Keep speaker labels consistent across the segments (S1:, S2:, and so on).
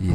S1: 以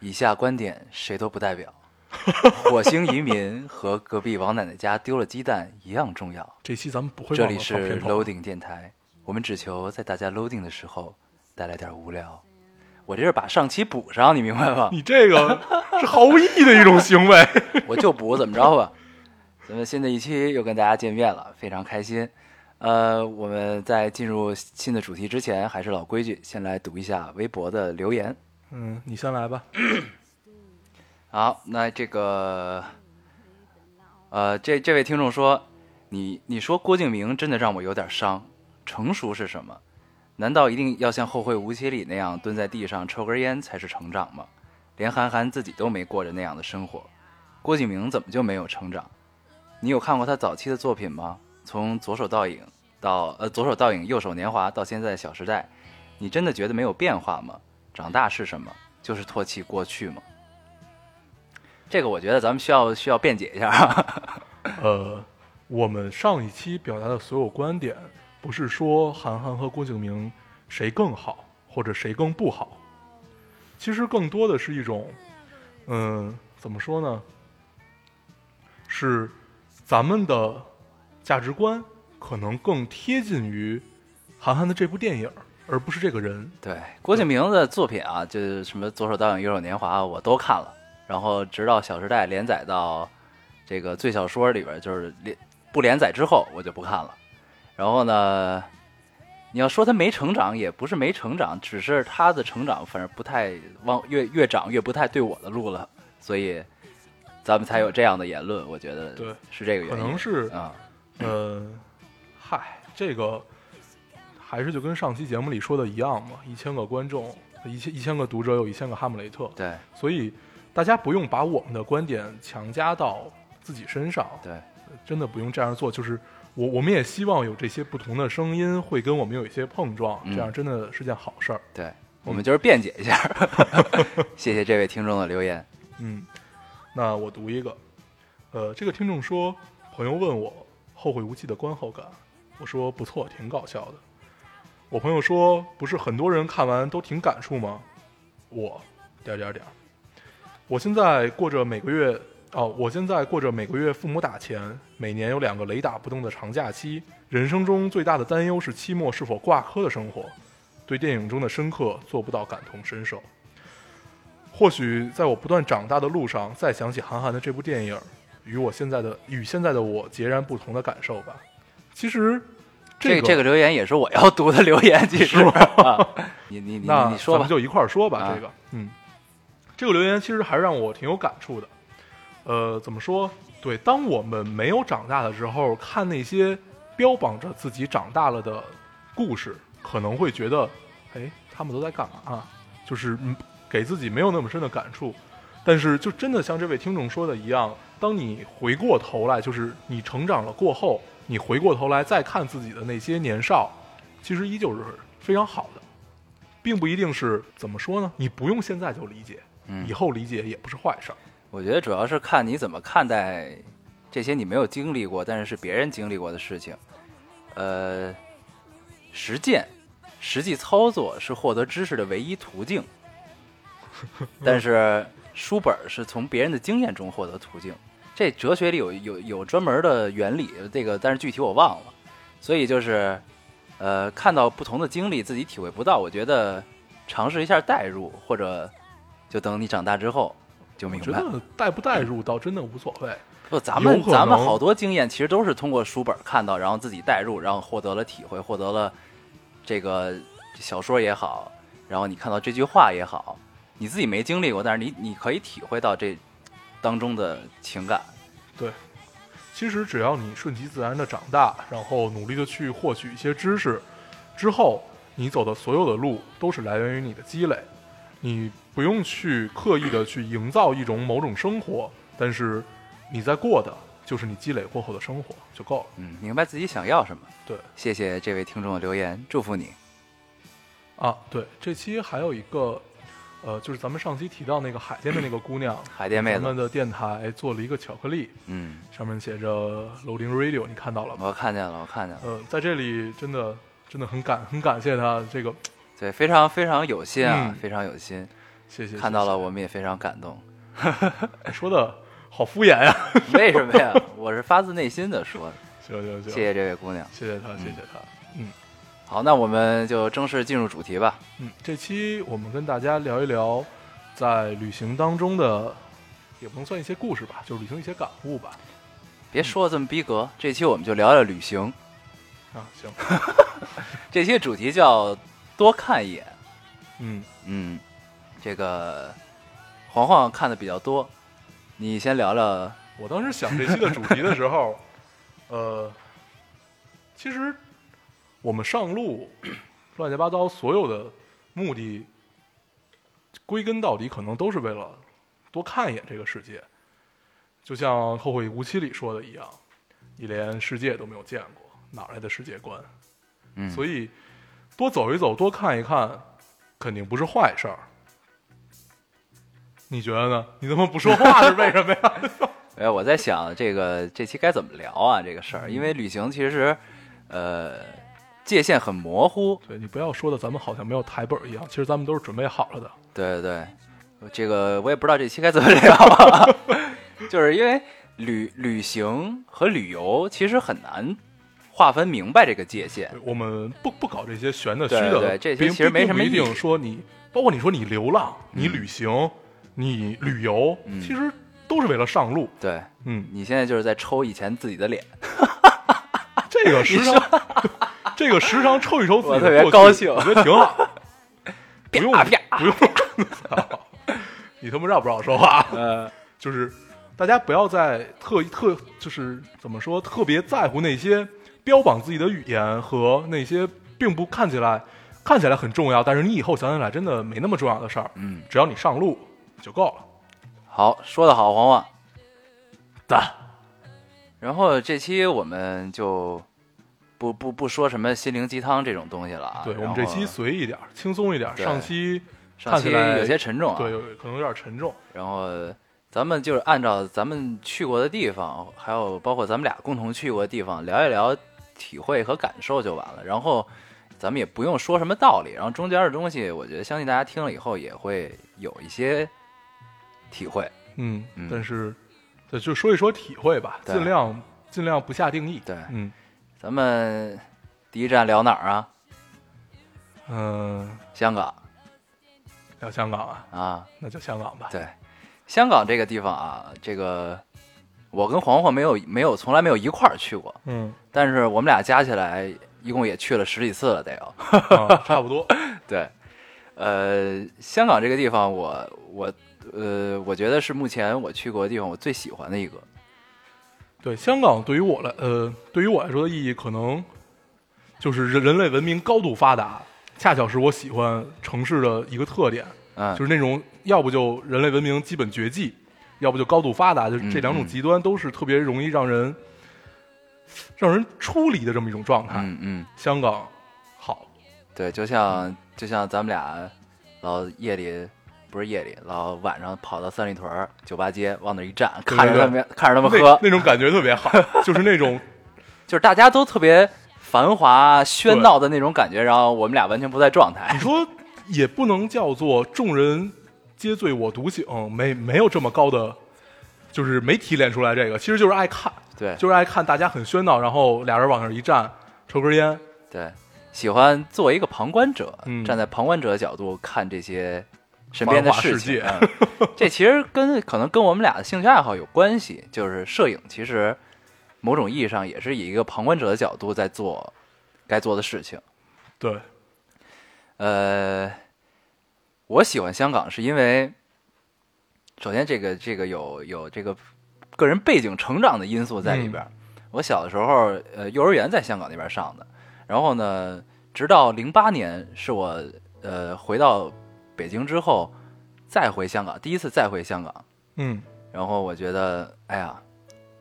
S1: 以下观点谁都不代 表。火星移民和隔壁王奶奶家丢了鸡蛋一样重要。
S2: 这期咱们不会
S1: 这
S2: 忘了
S1: 里
S2: 放片
S1: 是
S2: 头
S1: Loading 电台，我们只求在大家 Loading 的时候带来点无聊。我这是把上期补上，你明白 吗？
S2: 你这个是毫无意义的一种行为。
S1: 我就补怎么着吧。 咱们新的一期又跟大家见面了，非常开心。呃，我们在进入新的主题之前，还是老规矩，先来读一下微博的留言。
S2: 嗯，你先来吧。
S1: 好，那这个，呃，这这位听众说，你你说郭敬明真的让我有点伤。成熟是什么？难道一定要像《后会无期》里那样蹲在地上抽根烟才是成长吗？连韩寒自己都没过着那样的生活，郭敬明怎么就没有成长？你有看过他早期的作品吗？从《左手倒影》到呃《左手倒影》《右手年华》到现在的《小时代》，你真的觉得没有变化吗？长大是什么？就是唾弃过去吗？这个我觉得咱们需要需要辩解一下 啊。
S2: 呃，我们上一期表达的所有观点，不是说韩寒和郭敬明谁更好，或者谁更不好，其实更多的是一种，嗯，怎么说呢？是咱们的价值观可能更贴近于韩寒的这部电影，而不是这个人。
S1: 对，郭敬明的作品啊，就是什么《左手倒影》《右手年华》，我都看了。然后直到《小时代》连载到这个《最小说》里边，就是连不连载之后，我就不看了。然后呢，你要说他没成长，也不是没成长，只是他的成长反正不太往越越长越不太对我的路了，所以咱们才有这样的言论。我觉得
S2: 对
S1: 是这个原因，
S2: 可能是
S1: 啊、
S2: 呃，嗨，这个还是就跟上期节目里说的一样嘛，一千个观众，一千一千个读者有一千个哈姆雷特，
S1: 对
S2: 所以大家不用把我们的观点强加到自己身上，
S1: 对。
S2: 真的不用这样做。就是我我们也希望有这些不同的声音会跟我们有一些碰撞，
S1: 嗯
S2: 这样真的是件好事儿。
S1: 对，我们就是辩解一下。 谢谢这位听众的留言。
S2: 嗯，那我读一个，呃，这个听众说，朋友问我《后会无期》的观后感，我说不错，挺搞笑的。我朋友说，不是很多人看完都挺感触吗？我点儿点儿点儿，我现在过着每个月哦，我现在过着每个月父母打钱，每年有两个雷打不动的长假期，人生中最大的担忧是期末是否挂科的生活，对电影中的深刻做不到感同身受。或许在我不断长大的路上，再想起韩寒的这部电影，与我现在的与现在的我截然不同的感受吧。其实，
S1: 这
S2: 个
S1: 这个留言也是我要读的留言，其实。啊、你你你
S2: 那
S1: 你说
S2: 咱
S1: 吧
S2: 们。就一块儿说吧。
S1: 啊
S2: 这个，嗯，这个留言其实还是让我挺有感触的。呃，怎么说？对，当我们没有长大的时候，看那些标榜着自己长大了的故事，可能会觉得，哎，他们都在干嘛、啊？就是嗯给自己没有那么深的感触。但是，就真的像这位听众说的一样，当你回过头来，就是你成长了过后，你回过头来再看自己的那些年少，其实依旧是非常好的。并不一定是怎么说呢？你不用现在就理解，
S1: 嗯
S2: 以后理解也不是坏事儿。
S1: 我觉得主要是看你怎么看待这些你没有经历过，但是是别人经历过的事情。呃，实践、实际操作是获得知识的唯一途径，但是书本是从别人的经验中获得途径。这哲学里有有有专门的原理，这个但是具体我忘了。所以就是，呃，看到不同的经历，自己体会不到，我觉得尝试一下代入，或者就等你长大之后就明
S2: 我觉
S1: 白。
S2: 得带不带入倒真的无所谓。
S1: 不，咱们
S2: 有可能
S1: 咱们好多经验其实都是通过书本看到，然后自己代入，然后获得了体会，获得了这个小说也好，然后你看到这句话也好，你自己没经历过，但是你你可以体会到这当中的情感。
S2: 对，其实只要你顺其自然的长大，然后努力的去获取一些知识，之后你走的所有的路都是来源于你的积累。你不用去刻意的去营造一种某种生活，但是你在过的就是你积累过后的生活就够了。
S1: 嗯，明白自己想要什么。
S2: 对
S1: 谢谢这位听众的留言，祝福你。
S2: 啊，对，这期还有一个，呃，就是咱们上期提到那个海淀的那个姑娘，
S1: 海淀妹
S2: 咱们
S1: 子，
S2: 的电台做了一个巧克力，
S1: 嗯，
S2: 上面写着“楼林 Radio”，你看到了吗？
S1: 我看见了，我看见了。
S2: 呃，在这里真的真的很感很感谢他，这个
S1: 对，非常非常有心啊，
S2: 嗯
S1: 非常有心。
S2: 谢谢。
S1: 看到了，
S2: 谢
S1: 我们也非常感动。
S2: 谢说的好敷衍呀、
S1: 为什么呀？我是发自内心的 说的，
S2: 行行行，
S1: 谢嗯谢这位姑娘。
S2: 谢谢他，谢谢他。
S1: 好，那我们就正式进入主题吧。
S2: 嗯，这期我们跟大家聊一聊在旅行当中的，也不能算一些故事吧，就是旅行一些感悟吧。
S1: 别说的这么逼格，这期我们就聊聊旅行。
S2: 啊，行，
S1: 这期主题叫多看一眼。
S2: 嗯，
S1: 嗯，这个黄黄看的比较多，你先聊聊。
S2: 我当时想这期的主题的时候，呃，其实我们上路 乱七八糟所有的目的，归根到底可能都是为了多看一眼这个世界。就像《后会无期》里说的一样，你连世界都没有见过，哪来的世界观？
S1: 嗯，
S2: 所
S1: 以
S2: 以多走一走，多看一看，肯定不是坏事儿。你觉得呢？你他妈不说话是为什么呀？
S1: 哎，我在想这个这期该怎么聊啊这个事儿，因为旅行其实，呃，界限很模糊。
S2: 对你不要说的咱们好像没有台本儿一样，其实咱们都是准备好了的。
S1: 对对对，这个我也不知道这期该怎么聊，啊 就是因为旅旅行和旅游其实很难划分明白这个界限。
S2: 对我们不不搞这些玄的虚
S1: 对
S2: 的了，
S1: 对这些
S2: 并
S1: 其实没
S2: 并
S1: 什么
S2: 不一
S1: 意义
S2: 定说你，包括你说你流浪、你
S1: 嗯
S2: 旅行、你旅游，
S1: 嗯
S2: 其实都是为了上路。
S1: 对
S2: 嗯，
S1: 你现在就是在抽以前自己的脸，
S2: 这个时常，这个时常抽一抽自
S1: 啊
S2: 己的
S1: 我特别
S2: 过去
S1: 高兴
S2: 我觉得挺 好。不用
S1: 啪啪
S2: 不用， 操你他妈让不让我 说话？
S1: 呃，
S2: 就是大家不要再特意特就是怎么说特别在乎那些标榜自己的语言和那些并不看起来看起来很重要，但是你以后想起来真的没那么重要的事儿，
S1: 嗯，
S2: 只要你上路就够了。
S1: 好，说得好，黄黄。
S2: 赞，
S1: 然后这期我们就不不不说什么心灵鸡汤这种东西了啊。
S2: 对我
S1: 然
S2: 们
S1: 后
S2: 这期随意一点儿，轻松一点儿。
S1: 对
S2: 上期
S1: 上
S2: 看
S1: 期
S2: 起来
S1: 有些沉重啊。
S2: 对有可能有点沉重，
S1: 然后咱们就是按照咱们去过的地方，还有包括咱们俩共同去过的地方，聊一聊体会和感受就完了。然后咱们也不用说什么道理，然后中间的东西，我觉得相信大家听了以后也会有一些体会。
S2: 嗯
S1: 嗯，
S2: 但是对就说一说体会吧，
S1: 对
S2: 尽量尽量不下定义。
S1: 对
S2: 嗯
S1: 咱们第一站聊哪儿啊？
S2: 嗯，
S1: 香港
S2: 聊香港啊，
S1: 啊，
S2: 那就香港吧。
S1: 对，香港这个地方啊，这个我跟黄黄没有没有从来没有一块儿去过，
S2: 嗯，
S1: 但是我们俩加起来一共也去了十几次了，得有。
S2: 啊差不多。
S1: 对，呃，香港这个地方我，我呃，我觉得是目前我去过的地方我最喜欢的一个。
S2: 对香港对于我来，呃，对于我来说的意义，可能就是人人类文明高度发达，恰巧是我喜欢城市的一个特点，
S1: 嗯，
S2: 就是那种要不就人类文明基本绝迹，要不就高度发达，就是这两
S1: 嗯
S2: 种
S1: 嗯
S2: 极端都是特别容易让人让人出离的这么一种状态。
S1: 嗯嗯，
S2: 香港好，
S1: 对，就像就像咱们俩老夜里。不是夜里，老晚上跑到三里屯儿酒吧街，往那儿一站，
S2: 对
S1: 看着
S2: 对
S1: 他们，看着他们
S2: 那
S1: 喝，
S2: 那种感觉特别 好，就是那种
S1: 就是大家都特别繁华喧闹的那种感觉，然后我们俩完全不在状态
S2: 你。说也不能叫做众人皆醉我独醒，没没有这么高的，就是没提炼出来这个，其实就是爱看，
S1: 对，
S2: 就是爱看大家很喧闹，然后俩人往那儿一站，抽根烟，
S1: 对，喜欢作为一个旁观者，
S2: 嗯
S1: 站在旁观者的角度看这些身边的事情。
S2: 繁
S1: 嗯这其实跟可能跟我们俩的兴趣爱好有关系，就是摄影其实某种意义上也是以一个旁观者的角度在做该做的事情。
S2: 对，
S1: 呃，我喜欢香港是因为，首先这个这个有有这个个人背景成长的因素在里边儿。我小的时候，呃，幼儿园在香港那边上的，然后呢，直到零八年是我呃回到北京之后，再回香港，第一次再回香港，
S2: 嗯
S1: 然后我觉得，哎呀，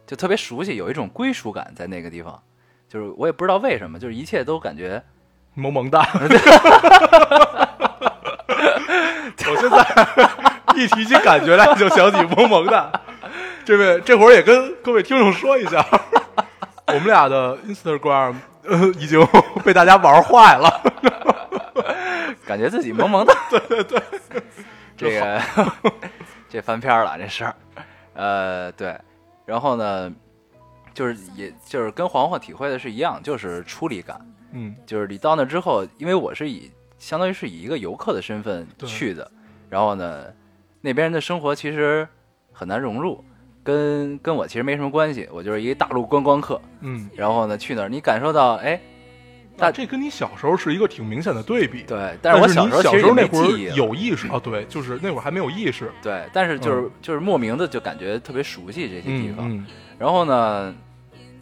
S1: 就特别熟悉，有一种归属感在那个地方，就是我也不知道为什么，就是一切都感觉
S2: 萌萌哒。我现在 一提起感觉来就想起萌萌哒。这位这会儿也跟各位听众说一下，我们俩的 Instagram 呃已经被大家玩坏了。
S1: 感觉自己萌萌的。 对对对，这个 这翻篇儿了这事儿，呃，对，然后呢，就是也就是跟黄黄体会的是一样，就是出离感，
S2: 嗯
S1: 就是你到那之后，因为我是以相当于是以一个游客的身份
S2: 对
S1: 去的，然后呢，那边人的生活其实很难融入，跟跟我其实没什么关系，我就是一个大陆观光客，
S2: 嗯，
S1: 然后呢去那儿，你感受到哎，
S2: 那这跟你小时候是一个挺明显的对比。
S1: 对，但
S2: 但
S1: 是我小
S2: 小
S1: 时候其
S2: 小
S1: 实也
S2: 时候那
S1: 没
S2: 会儿
S1: 记忆了。
S2: 有意识啊，对，就是那会儿还没有意识。
S1: 对，但是就是、就是莫名的就感觉特别熟悉这些地
S2: 嗯
S1: 方。
S2: 嗯，
S1: 然后呢，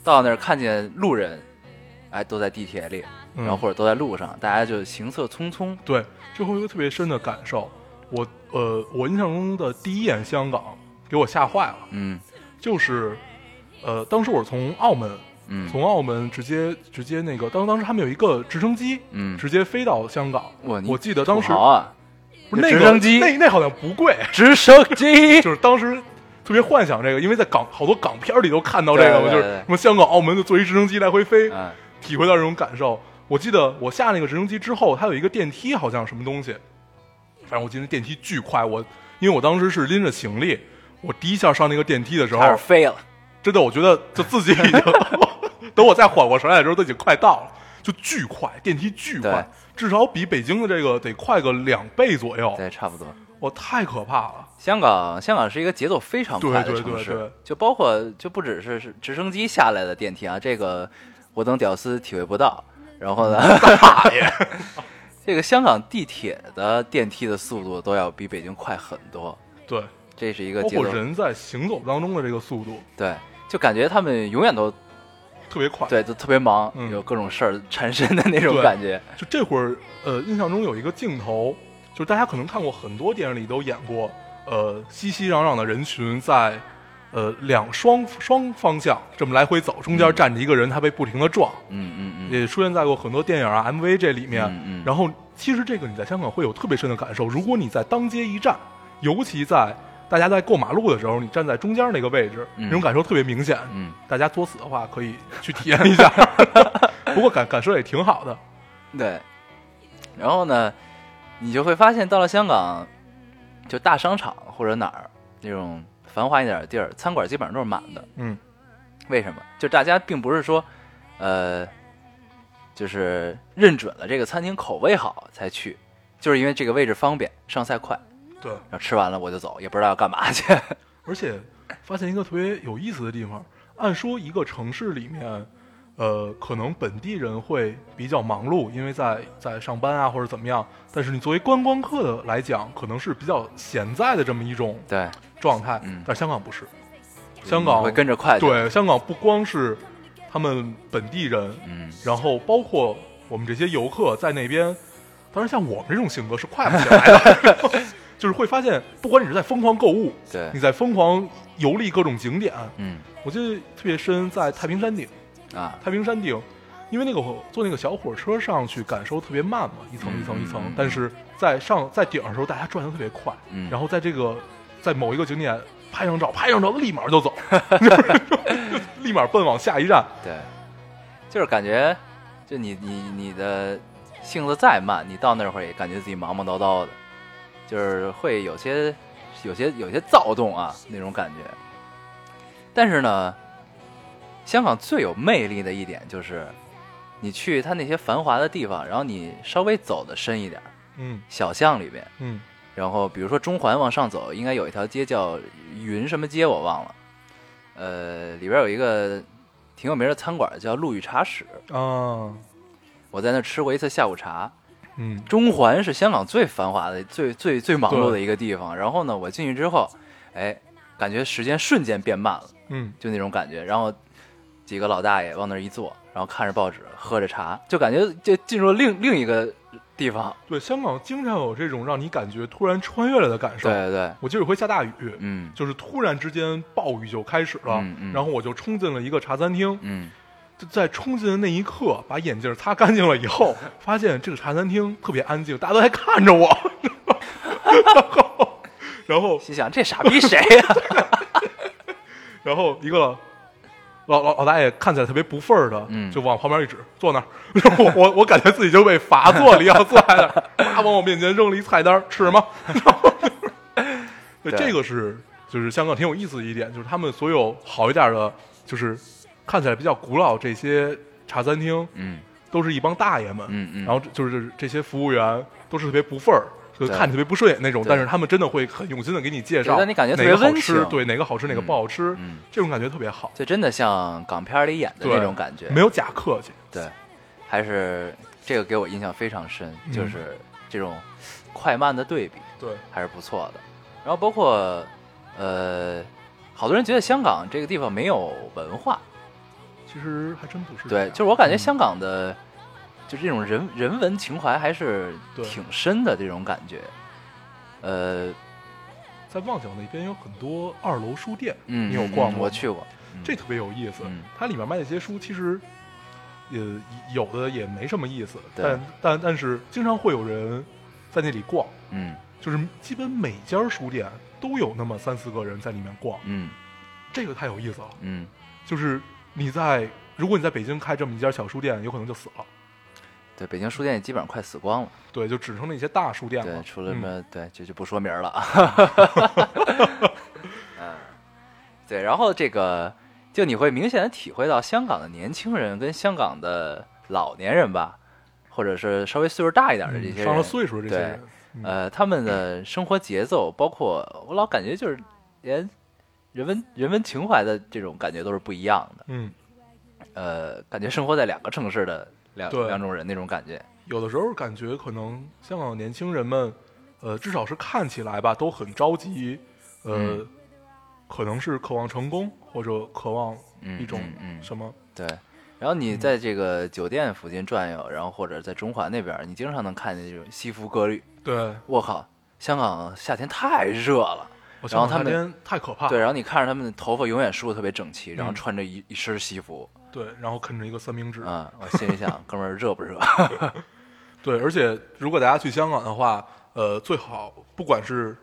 S1: 到那儿看见路人，哎，都在地铁里，
S2: 嗯
S1: 然后或者都在路上，大家就行色匆匆。
S2: 对，这会有一个特别深的感受。我呃，我印象中的第一眼香港给我吓坏了，
S1: 嗯
S2: 就是呃，当时我是从澳门，
S1: 嗯
S2: 从澳门直接直接那个，当当时他们有一个直升机，
S1: 嗯，
S2: 直接飞到香港。
S1: 哇你
S2: 我记得当时
S1: 土豪啊，
S2: 不是那个
S1: 直升机
S2: 那那好像不贵，
S1: 直升机，
S2: 就是当时特别幻想这个，因为在港好多港片里都看到这个嘛，
S1: 对对
S2: 就是
S1: 对对
S2: 什么香港、澳门的坐一直升机来回飞，
S1: 嗯
S2: 体会到这种感受。我记得我下那个直升机之后，它有一个电梯，好像什么东西，反正我记得电梯巨快。我因为我当时是拎着行李，我第一下上那个电梯的 时候
S1: 差，点飞了。
S2: 真的我觉得就自己已经， 等我再缓过神来的时候，都已经快到了，就巨快，电梯巨快，至少比北京的这个得快个两倍左右。
S1: 对，差不多。
S2: 我太可怕了。
S1: 香港，香港是一个节奏非常快
S2: 对
S1: 的
S2: 对
S1: 城市，
S2: 对对
S1: 就包括就不只是是直升机下来的电梯啊，这个我等屌丝体会不到。然后呢，
S2: 嗯
S1: 这个香港地铁的电梯的速度都要比北京快很多，
S2: 对，
S1: 这是一个
S2: 包
S1: 节
S2: 括
S1: 奏。
S2: 人在行走当中的这个速度
S1: 对，就感觉他们永远都
S2: 特别快。
S1: 对，都特别忙，
S2: 嗯
S1: 有各种事儿缠身的那种
S2: 对
S1: 感觉。
S2: 就这会儿，呃，印象中有一个镜头，就是大家可能看过很多电影里都演过，呃，熙熙攘攘的人群在，呃，两双双方向这么来回走，中间站着一个人，他被不停的撞，
S1: 嗯嗯嗯，
S2: 也出现在过很多电影啊、MV 这里面。
S1: 嗯嗯
S2: 然后，其实这个你在香港会有特别深的感受。如果你在当街一站，尤其在大家在过马路的时候，你站在中间那个位置，
S1: 嗯
S2: 那种感受特别明显。
S1: 嗯，
S2: 大家作死的话，可以去体验一 下。不过感感受也挺好的。
S1: 对。然后呢，你就会发现到了香港，就大商场或者哪儿那种繁华一点的地儿，餐馆基本上都是满的。
S2: 嗯
S1: 为什么？就大家并不是说，呃，就是认准了这个餐厅口味好才去，就是因为这个位置方便，上菜快，，
S2: 对。
S1: 然后吃完了我就走，也不知道要干嘛去。
S2: 而且发现一个特别有意思的地方，按说一个城市里面，呃，可能本地人会比较忙碌，因为在在上班啊或者怎么样，但是你作为观光客的来讲，可能是比较闲在的这么一种
S1: 对，
S2: 状态。
S1: 嗯
S2: 但香港不是，香港
S1: 会跟着快去。
S2: 对香港不光是他们本地人，
S1: 嗯，
S2: 然后包括我们这些游客在那边，当然像我们这种性格是快不起来的， 就是会发现，不管你是在疯狂购物，
S1: 对
S2: 你，在疯狂游历各种景点，啊
S1: 嗯
S2: 我记得特别深，在太平山顶，
S1: 啊，
S2: 太平山顶，因为那个火坐那个小火车上去，感受特别慢嘛，一层一层一层
S1: 嗯嗯嗯，
S2: 但是在上在顶上的时候，大家转的特别快，
S1: 嗯
S2: 然后在这个在某一个景点拍张照，拍张照立马就走， 立马奔往下一站，
S1: 对，就是感觉，就你你你的性子再慢，你到那会儿也感觉自己忙忙叨叨的，就是会有些有些有些躁动啊那种感觉。但是呢，香港最有魅力的一点就是，你去它那些繁华的地方，然后你稍微走的深一点儿，
S2: 嗯
S1: 小巷里边，
S2: 嗯，
S1: 然后比如说中环往上走，应该有一条街叫云什么街，我忘了。呃，里边有一个挺有名的餐馆叫陆羽茶室，
S2: 啊，
S1: 我在那吃过一次下午茶。
S2: 嗯
S1: 中环是香港最繁华的、最最最忙碌的一个地方。然后呢，我进去之后，哎，感觉时间瞬间变慢了，
S2: 嗯，
S1: 就那种感觉。然后几个老大爷往那儿一坐，然后看着报纸，喝着茶，就感觉就进入另另一个地方，
S2: 对，香港经常有这种让你感觉突然穿越了的感受。
S1: 对对，
S2: 我记得有回下大雨，
S1: 嗯
S2: 就是突然之间暴雨就开始了，
S1: 嗯嗯
S2: 然后我就冲进了一个茶餐厅。
S1: 嗯，
S2: 就在冲进的那一刻，把眼镜擦干净了以 后，发现这个茶餐厅特别安静，大家都还看着我。 然后，然后，
S1: 心想这傻逼谁啊呀、
S2: 然后一个老老老大爷看起来特别不忿儿的，
S1: 嗯
S2: 就往旁边一指，坐那儿。 然后我我我感觉自己就被罚坐了一样，坐在那儿，啪往我面前扔了一菜单儿，吃什么？ 然后就是对，
S1: 对
S2: 这个是就是香港挺有意思的一点，就是他们所有好一点的，就是看起来比较古老这些茶餐厅，
S1: 嗯
S2: 都是一帮大爷们，
S1: 嗯嗯
S2: 然后就是这些服务员都是特别不忿儿，就
S1: 对
S2: 看着特别不顺眼那种，
S1: 对
S2: 但是他们真的会很用心的给你介
S1: 对
S2: 绍，
S1: 但你感觉特
S2: 哪
S1: 别
S2: 个好
S1: 温
S2: 吃
S1: 情，
S2: 对哪个好吃，哪个不好吃，
S1: 嗯，
S2: 这种感觉特别好，
S1: 就真的像港片儿里演的
S2: 对
S1: 那种感觉，
S2: 没有假客气，
S1: 对，还是这个给我印象非常深，
S2: 嗯
S1: 就是这种快慢的对比
S2: 对，
S1: 还是不错的。然后包括呃，好多人觉得香港这个地方没有文化，
S2: 其实还真不是这样，
S1: 对，就是我感觉
S2: 嗯
S1: 香港的，就是这种人人文情怀还是
S2: 对
S1: 挺深的这种感觉。呃，
S2: 在旺角那边有很多二楼书店，
S1: 嗯，
S2: 你有
S1: 嗯
S2: 逛
S1: 嗯
S2: 过
S1: 我
S2: 吗
S1: 去过，嗯
S2: 这特别有意思
S1: 嗯，
S2: 它里面卖那些书其实。也有的也没什么意思，
S1: 对
S2: 但但但是经常会有人在那里逛，
S1: 嗯
S2: 就是基本每家书店都有那么三四个人在里面逛，
S1: 嗯
S2: 这个太有意思了。
S1: 嗯，
S2: 就是你在如果你在北京开这么一家小书店，有可能就死了，
S1: 对，北京书店也基本上快死光了，
S2: 对，就只剩那些大书店
S1: 对，
S2: 了。
S1: 除了什
S2: 嗯
S1: 么，对，就就不说名 儿了啊。嗯，对，然后这个就你会明显的体会到香港的年轻人跟香港的老年人吧，或者是稍微岁数大一点儿的这些人，
S2: 嗯上了岁数的这些人，嗯
S1: 呃，他们的生活节奏，包括我老感觉就是连人文人文情怀的这种感觉都是不一样的。
S2: 嗯，
S1: 呃，感觉生活在两个城市的两
S2: 对
S1: 两种人那种感觉。
S2: 有的时候感觉可能香港的年轻人们，呃，至少是看起来吧，都很着急，呃，
S1: 嗯
S2: 可能是渴望成功，或者渴望
S1: 嗯
S2: 一种
S1: 嗯嗯
S2: 什么，
S1: 对，然后
S2: 嗯
S1: 你在这个酒店附近转悠，然后或者在中环那边儿，你经常能看见这种西服革履。
S2: 对，
S1: 我靠，香港夏天太热了。
S2: 我
S1: 然后
S2: 想
S1: 他们
S2: 天太可怕，
S1: 对，然后你看着他们的头发永远梳的特别整齐，然后
S2: 啊嗯
S1: 穿着一一身西服，
S2: 对，然后啃着一个三明治，
S1: 啊、我心里 想，哥们儿热不热？
S2: 对，而且如果大家去香港的话，呃，最好不管是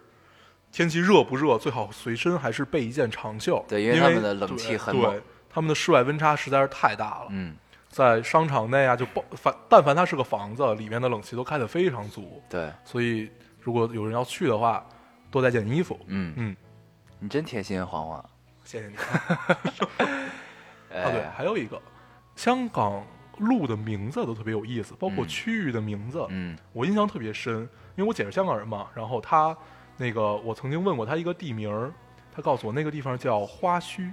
S2: 天气热不热，最好随身还是备一件长袖。
S1: 对因
S2: 因
S1: 为他们的冷气很
S2: 对
S1: 猛
S2: 对，他们的室外温差实在是太大了。
S1: 嗯，
S2: 在商场内啊，就不凡但凡它是个房子，里面的冷气都开得非常足，
S1: 对，
S2: 所以如果有人要去的话，多带件衣服。
S1: 嗯，
S2: 嗯，
S1: 你真贴心，黄黄。
S2: 谢谢你。
S1: 哎，
S2: 啊，对，还有一个，香港路的名字都特别有意思，包括
S1: 嗯
S2: 区域的名字。
S1: 嗯
S2: 我印象特别深，因为我姐是香港人嘛，然后她那个我曾经问过她一个地名儿，她告诉我那个地方叫花墟，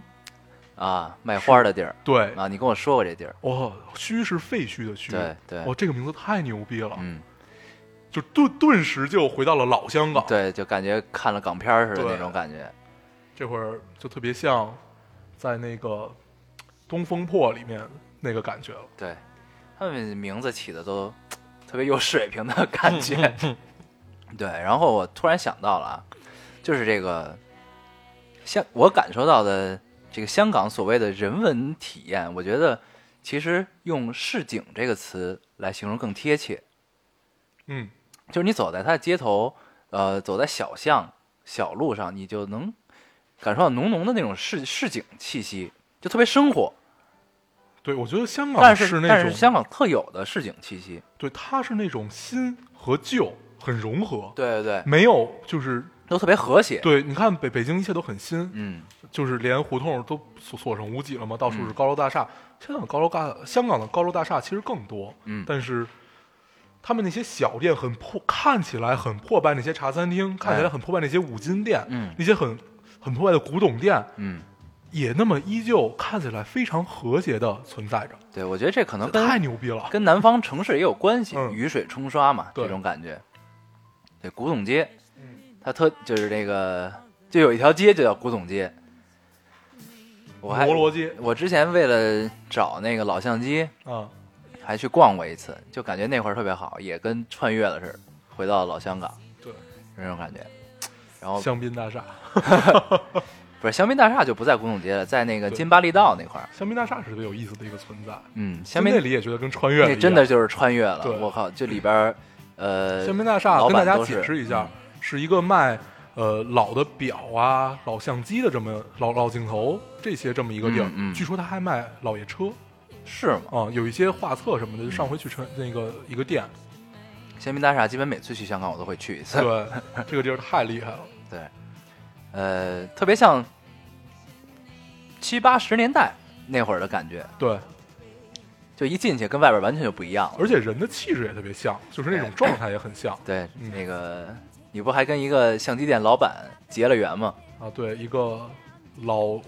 S1: 啊，卖花的地儿
S2: 对，
S1: 啊，你跟我说过这地儿，
S2: 哦，墟是废墟的墟，
S1: 对对
S2: 哦，这个名字太牛逼了，
S1: 嗯，
S2: 就顿顿时就回到了老香港，，
S1: 对，就感觉看了港片儿似的
S2: 对
S1: 那种感觉，
S2: 这会儿就特别像在那个《东风破》里面那个感觉了，
S1: 对，他们名字起的都特别有水平的感觉，
S2: 嗯
S1: 对，然后我突然想到了啊，就是这个香，我感受到的这个香港所谓的人文体验，我觉得其实用市井这个词来形容更贴切，
S2: 嗯，
S1: 就是你走在它的街头，呃，走在小巷、小路上，你就能感受到浓浓的那种市市井气息，就特别生活。
S2: 对，我觉得香港
S1: 但是、但
S2: 那
S1: 是
S2: 种，
S1: 香港特有的市井气息。
S2: 对，它是那种新和旧很融合，
S1: 对对对，
S2: 没有就是。
S1: 都特别和谐。
S2: 对，你看北北京一切都很新，
S1: 嗯，
S2: 就是连胡同都所所剩无几了嘛，到处是高楼大厦。香港高楼大香港的高楼大厦其实更多，
S1: 嗯
S2: 但是他们那些小店很破，看起来很破败，那些茶餐厅看起来很破败，那些五金店，
S1: 哎嗯
S2: 那些很很破败的古董店，
S1: 嗯，
S2: 也那么依旧看起来非常和谐的存在着，
S1: 对，我觉得这可能
S2: 这太
S1: 跟
S2: 牛逼了。
S1: 跟南方城市也有关系，
S2: 嗯
S1: 雨水冲刷嘛，
S2: 对嗯
S1: 这种感觉。对，古董街，它特就是这个，就有一条街就叫古董街。我还
S2: 嗯摩罗街
S1: 我之前为了找那个老相机，
S2: 啊，
S1: 还去逛过一次，就感觉那会儿特别好，也跟穿越了似的，回到老香港，
S2: 对，
S1: 那种感觉。然后
S2: 香槟大厦，
S1: 不是香槟大厦就不在古董街了，在那个
S2: 对
S1: 金巴利道那块儿。
S2: 香槟大厦是特别有意思的一个存在。
S1: 嗯，
S2: 在
S1: 香槟
S2: 那里也觉得跟穿越了一
S1: 那
S2: 样
S1: 真的就是穿越了
S2: 对，
S1: 我靠，这里边儿呃，
S2: 香槟大厦跟大
S1: 老板
S2: 家
S1: 都是嗯
S2: 解释一下，是一个卖呃老的表啊、老相机的这么老老镜头这些这么一个地儿。
S1: 嗯嗯
S2: 据说他还卖老爷车
S1: 是吗？
S2: 啊、有一些画册什
S1: 嗯
S2: 么的。就上回去成那个一 个店，
S1: 香槟大厦基本每次去香港我都会去一次，
S2: 对，这个地儿太厉害了。
S1: 对，呃，特别像七八十年代那会儿的感觉，
S2: 对，
S1: 就一进去跟外边完全就不一样了。
S2: 而且人的气质也特别像，就是那种状态也很像
S1: 对，
S2: 嗯
S1: 那个你不还跟一个相机店老板结了缘吗？
S2: 啊。对，一个老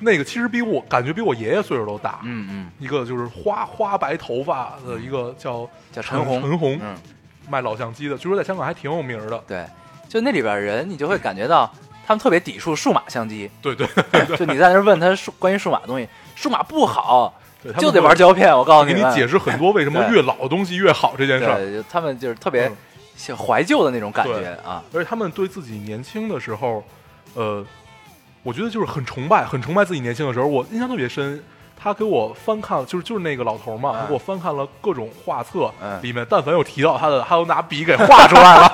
S2: 那个其实比我感觉比我爷爷岁数都大。
S1: 嗯嗯，
S2: 一个就是花花白头发的一个叫
S1: 叫陈红，
S2: 陈红，
S1: 嗯，
S2: 卖老相机的，据说在香港还挺有名的。
S1: 对，就那里边人，你就会感觉到他们特别抵触数码相机。
S2: 对 对，
S1: 就你在那儿问他数关于数码的东西，数码不好，
S2: 对
S1: 就得玩。胶片。我
S2: 他
S1: 告诉
S2: 们会给
S1: 们，
S2: 你解释很多为什么
S1: 对
S2: 越老的东西越好这件事儿，
S1: 对，就他们就是特别
S2: 嗯
S1: 像怀旧的那种感
S2: 对
S1: 觉啊。
S2: 而且他们对自己年轻的时候，呃，我觉得就是很崇拜，很崇拜自己年轻的时候。我印象特别深，他给我翻看，就是就是那个老头儿嘛，
S1: 嗯
S2: 他给我翻看了各种画册，
S1: 嗯
S2: 里面但凡有提到他的，他都拿笔给画出来 了，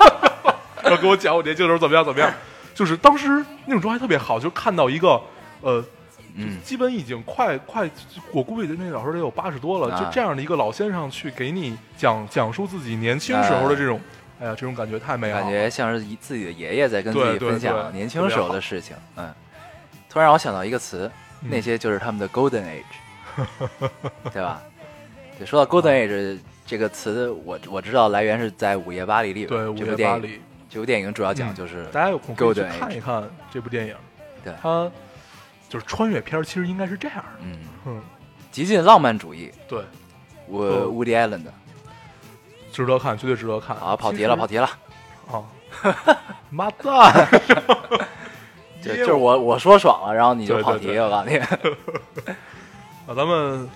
S2: 然后给我讲我年轻的时候怎么样怎么样。就是当时那种状态特别好，就看到一个呃
S1: 嗯，
S2: 基本已经快快，我估计那老头儿得有八十多了，
S1: 啊
S2: 就这样的一个老先生去给你讲讲述自己年轻时候的这种，哎呀，这种感觉太美好
S1: 嗯感
S2: 了。
S1: 觉像是一自己的爷爷在跟自
S2: 对
S1: 己
S2: 对
S1: 分享
S2: 对
S1: 年轻时候的事情。嗯，突然让我想到一个词，
S2: 嗯
S1: 那些就是他们的 golden age，对 吧？对，说到 golden age 这个词，我我知道来源是在《午夜巴黎》里边，
S2: 对《午
S1: 这部
S2: 夜
S1: 电
S2: 巴
S1: 影
S2: 黎》，嗯
S1: 这部电影主要讲就是
S2: 大家有空可以去
S1: Golden Age
S2: 看一看这部电影。
S1: 对
S2: 它就是穿越片，儿，其实应该是这样的。
S1: 嗯，
S2: 嗯，
S1: 极尽浪漫主义，
S2: 对，
S1: 我
S2: 嗯
S1: Woody Allen 的
S2: 值得看，绝对值得看。
S1: 啊，跑题了，跑
S2: 题
S1: 题了，
S2: 啊！ 妈蛋！
S1: 就就是我我说爽了，然后你就
S2: 对
S1: 跑
S2: 对
S1: 题，
S2: 对
S1: 我告诉你。
S2: 啊，咱们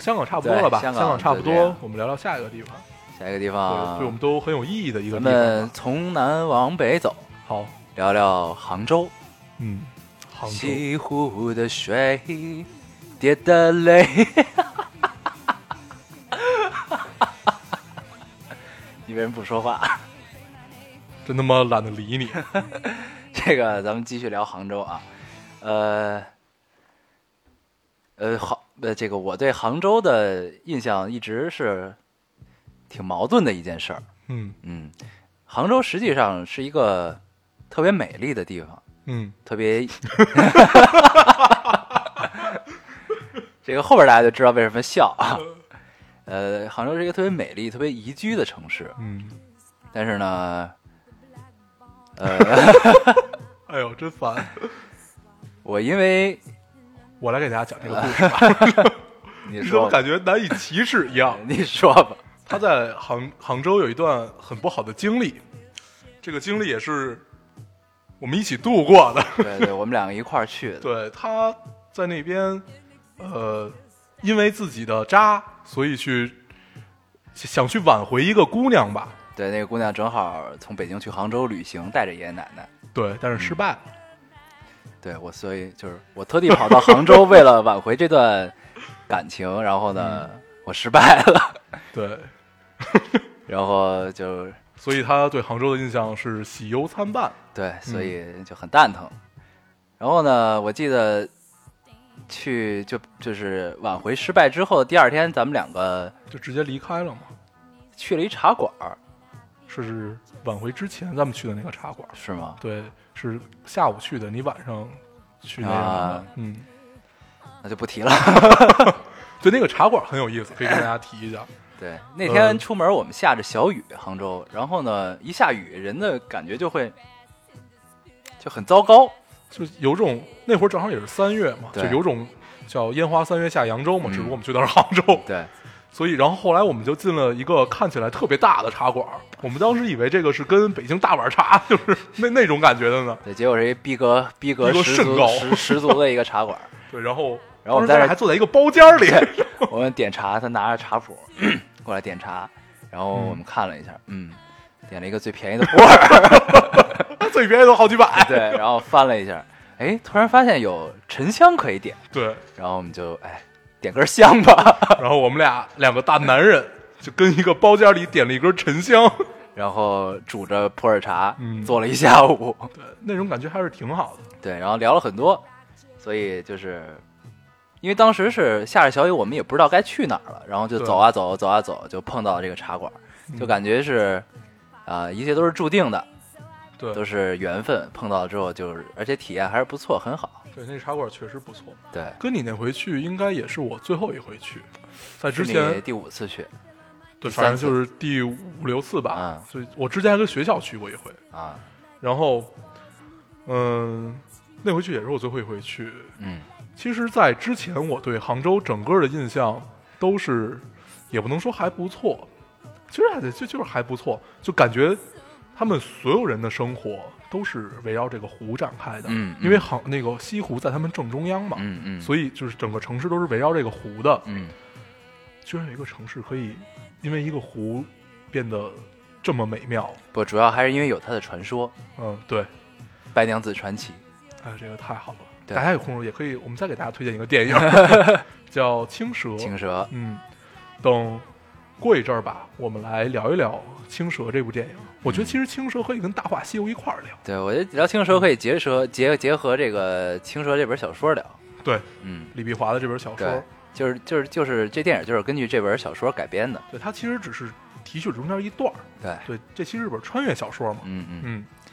S2: 香港差不多了吧？
S1: 对香
S2: 香
S1: 港
S2: 港差不
S1: 就这样
S2: 多，我们聊聊下一个地方。
S1: 下一个地
S2: 对，
S1: 方
S2: 对我，们都很有意义的一个
S1: 咱
S2: 地方
S1: 们
S2: 吧。
S1: 从南往北走，
S2: 好，
S1: 聊聊杭州。
S2: 嗯，杭州。
S1: 西湖的水滴的泪。 你为什么不说话？
S2: 真他妈懒得理 你。
S1: 这个咱们继续聊杭州啊，呃，呃，杭呃，这个我对杭州的印象一直是挺矛盾的一件事儿。
S2: 嗯
S1: 嗯，杭州实际上是一个特别美丽的地方，
S2: 嗯，
S1: 特别， 这个后边大家就知道为什么笑啊。呃，杭州是一个特别美丽、特别宜居的城市，
S2: 嗯，
S1: 但是呢，呃
S2: 哎呦，真烦！
S1: 我因为
S2: 我来给大家讲这个故事，
S1: 你
S2: 你怎么
S1: 说吧，？
S2: 感觉难以启齿一 样
S1: 你说吧，
S2: 他在杭杭州有一段很不好的经历，这个经历也是我们一起度过的。
S1: 对对，我们两个一块儿去的，
S2: 对，他在那边，呃，因为自己的渣，所以去想去挽回一个姑娘吧。
S1: 对，那个姑娘正好从北京去杭州旅行，带着爷爷奶奶，
S2: 对，但是失败了。
S1: 对我，所以就是我特地跑到杭州，为了挽回这段感情，然后呢，
S2: 嗯
S1: 我失败了，
S2: 对，
S1: 然后就
S2: 所以他对杭州的印象是喜忧参半。
S1: 对，所
S2: 嗯
S1: 以就很蛋疼。然后呢，我记得去就就是挽回失败之后，第二天咱们两个
S2: 就直接离开了嘛。
S1: 去了一茶馆儿，
S2: 是挽回之前咱们去的那个茶馆。
S1: 是吗？
S2: 对，是下午去的，你晚上去那个、
S1: 啊
S2: 嗯，
S1: 那就不提了。
S2: 对，那个茶馆很有意思，可以跟大家提一下。
S1: 对，那天
S2: 嗯
S1: 出门我们下着小雨，杭州，然后呢，一下雨人的感觉就会就很糟糕。
S2: 就有种那会儿正好也是三月嘛，就
S1: 对
S2: 有种叫烟花三月下扬州嘛，
S1: 嗯
S2: 只不过我们去的是杭州，
S1: 对，
S2: 所以然后后来我们就进了一个看起来特别大的茶馆，我们当时以为这个是跟北京大碗茶就是那那种感觉的呢。
S1: 对，结果是一逼格逼格
S2: 逼格
S1: 十足
S2: 甚高
S1: 十十足的一个茶馆儿。
S2: 对，然后
S1: 然后我们在这
S2: 当时咱俩还坐在一个包间儿里，
S1: 我们点茶，他拿着茶谱过来点茶，然后我们看了一下，嗯，点了一个最便宜的普洱，
S2: 最便宜都好几百。
S1: 对，然后翻了一下，哎，突然发现有沉香可以点，
S2: 对，
S1: 然后我们就哎点根香吧，
S2: 然后我们俩两个大男人就跟一个包间里点了一根沉香，
S1: 然后煮着普洱茶，
S2: 嗯
S1: 做了一下午，
S2: 对，那种感觉还是挺好的。
S1: 对，然后聊了很多，所以就是。因为当时是下着小雨，我们也不知道该去哪儿了，然后就
S2: 对嗯
S1: 走啊走，走啊走，就碰到了这个茶馆，就感觉是，啊、一切都是注定的，
S2: 对，
S1: 都是缘分，碰到之后就是，而且体验还是不错，很好。
S2: 对，那茶馆确实不错。
S1: 对，
S2: 跟你那回去应该也是我最后一回去，在之
S1: 是你
S2: 前
S1: 第五次去第
S2: 对，
S1: 三
S2: 反正
S1: 次
S2: 就是第五六次吧。
S1: 嗯
S2: 所以我之前还跟学校去过一回，
S1: 啊，
S2: 然后，嗯，那回去也是我最后一回去。
S1: 嗯
S2: 其实，在之前我对杭州整个的印象都是，也不能说还不错，其实还得就就是还不错，就感觉他们所有人的生活都是围绕这个湖展开的。
S1: 嗯嗯
S2: 因为杭那个西湖在他们正中央嘛，
S1: 嗯嗯，以
S2: 所以就是整个城市都是围绕这个湖的。
S1: 嗯
S2: 居然有一个城市可以因为一个湖变得这么美妙，
S1: 不，主要还是因为有他的传说
S2: 嗯，对，
S1: 《白娘子传奇》。
S2: 哎，这个太好了。
S1: 对
S2: 大家有空也可以，我们再给大家推荐一个 电影，叫《青蛇》。
S1: 青蛇，
S2: 嗯，等过一阵儿吧，我们来聊一聊《青蛇》这部电影。
S1: 嗯
S2: 我觉得其实《青蛇》可以跟《大话西游》一块儿聊。
S1: 对我觉得聊青蛇可以结蛇结结合这个青蛇这本小说聊。
S2: 对，
S1: 嗯，
S2: 李碧华的这本小说，
S1: 对，就是就是就是这电影就是根据这本小说改编的。
S2: 对它其实只是提取中间一段儿。
S1: 对，
S2: 对，这其实是本穿越小说嘛。
S1: 嗯嗯，
S2: 嗯，哎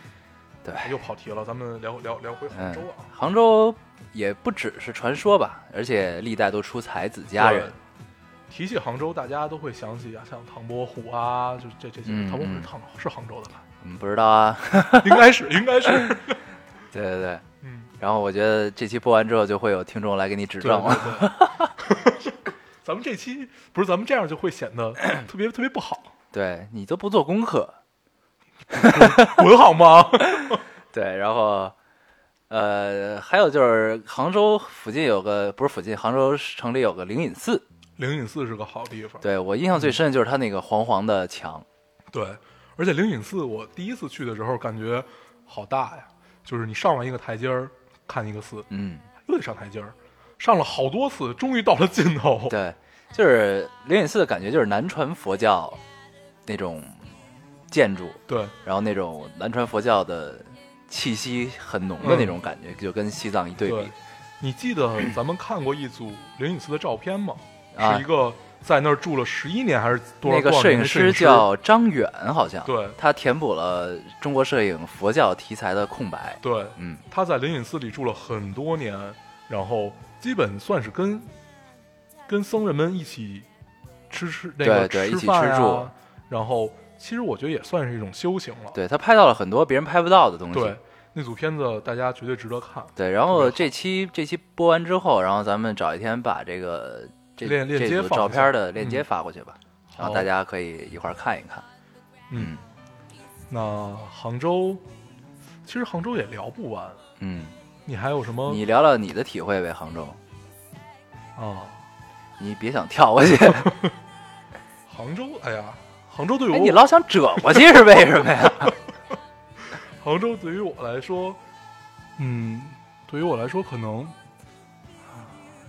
S1: 对，
S2: 又跑题了，咱们聊聊聊回杭
S1: 嗯
S2: 州啊。，
S1: 杭州也不只是传说吧，而且历代都出才子佳人
S2: 对。。提起杭州，大家都会想起啊，像唐伯虎啊，就这这些。
S1: 嗯
S2: 唐伯虎是
S1: 嗯
S2: 唐是杭州的吧？
S1: 嗯，不知道啊。
S2: 应该是，应该是。
S1: 对对对。
S2: 嗯，
S1: 然后我觉得这期播完之后，就会有听众来给你指
S2: 对
S1: 正了。
S2: 对对。 咱们这期不是咱们这样就会显得特别特别不好，
S1: 对你都不做功课，
S2: 滚好吗？
S1: 对，然后，呃，还有就是杭州附近有个不是附近，杭州城里有个灵隐寺，
S2: 灵隐寺是个好地方，
S1: 对我印象最深的就是它那个黄黄的墙，
S2: 对，而且灵隐寺我第一次去的时候感觉好大呀，就是你上完一个台阶儿看一个寺，
S1: 嗯，
S2: 又得上台阶儿，上了好多次，终于到了尽头。
S1: 对，就是灵隐寺的感觉就是南传佛教那种建筑，
S2: 对
S1: 然后那种南传佛教的气息很浓
S2: 嗯
S1: 的那种感觉，就跟西藏一对比，
S2: 你记得咱们看过一组灵隐寺的照片吗？
S1: 啊
S2: 是一个在那儿住了十一年还是多少
S1: 那个
S2: 多少
S1: 摄
S2: 年
S1: 影
S2: 的
S1: 师叫张远，好像，
S2: 对
S1: 他填补了中国摄影佛教题材的空白。
S2: 对，
S1: 嗯，
S2: 他在灵隐寺里住了很多年，然后基本算是跟跟僧人们一起吃吃那个
S1: 对对一起
S2: 饭
S1: 吃
S2: 啊
S1: 住，
S2: 然后其实我觉得也算是一种修行了。
S1: 对他拍到了很多别人拍不到的东西。
S2: 对那组片子大家绝对值得看。
S1: 对然后这期这期播完之后，然后咱们找一天把这个这
S2: 链链接
S1: 这组
S2: 放
S1: 照
S2: 一下嗯
S1: 片的链接发过去吧，然
S2: 好
S1: 后大家可以一块儿看一看。
S2: 嗯，那杭州，其实杭州也聊不完。
S1: 嗯，
S2: 你还有什么
S1: 你聊聊你的体会呗，杭州，
S2: 啊？
S1: 你别想跳 过去，哎
S2: 杭州，哎呀，杭州对我，
S1: 哎，你老想折过去是为什么呀？
S2: 杭州对于我来说，嗯，对于我来说，可能啊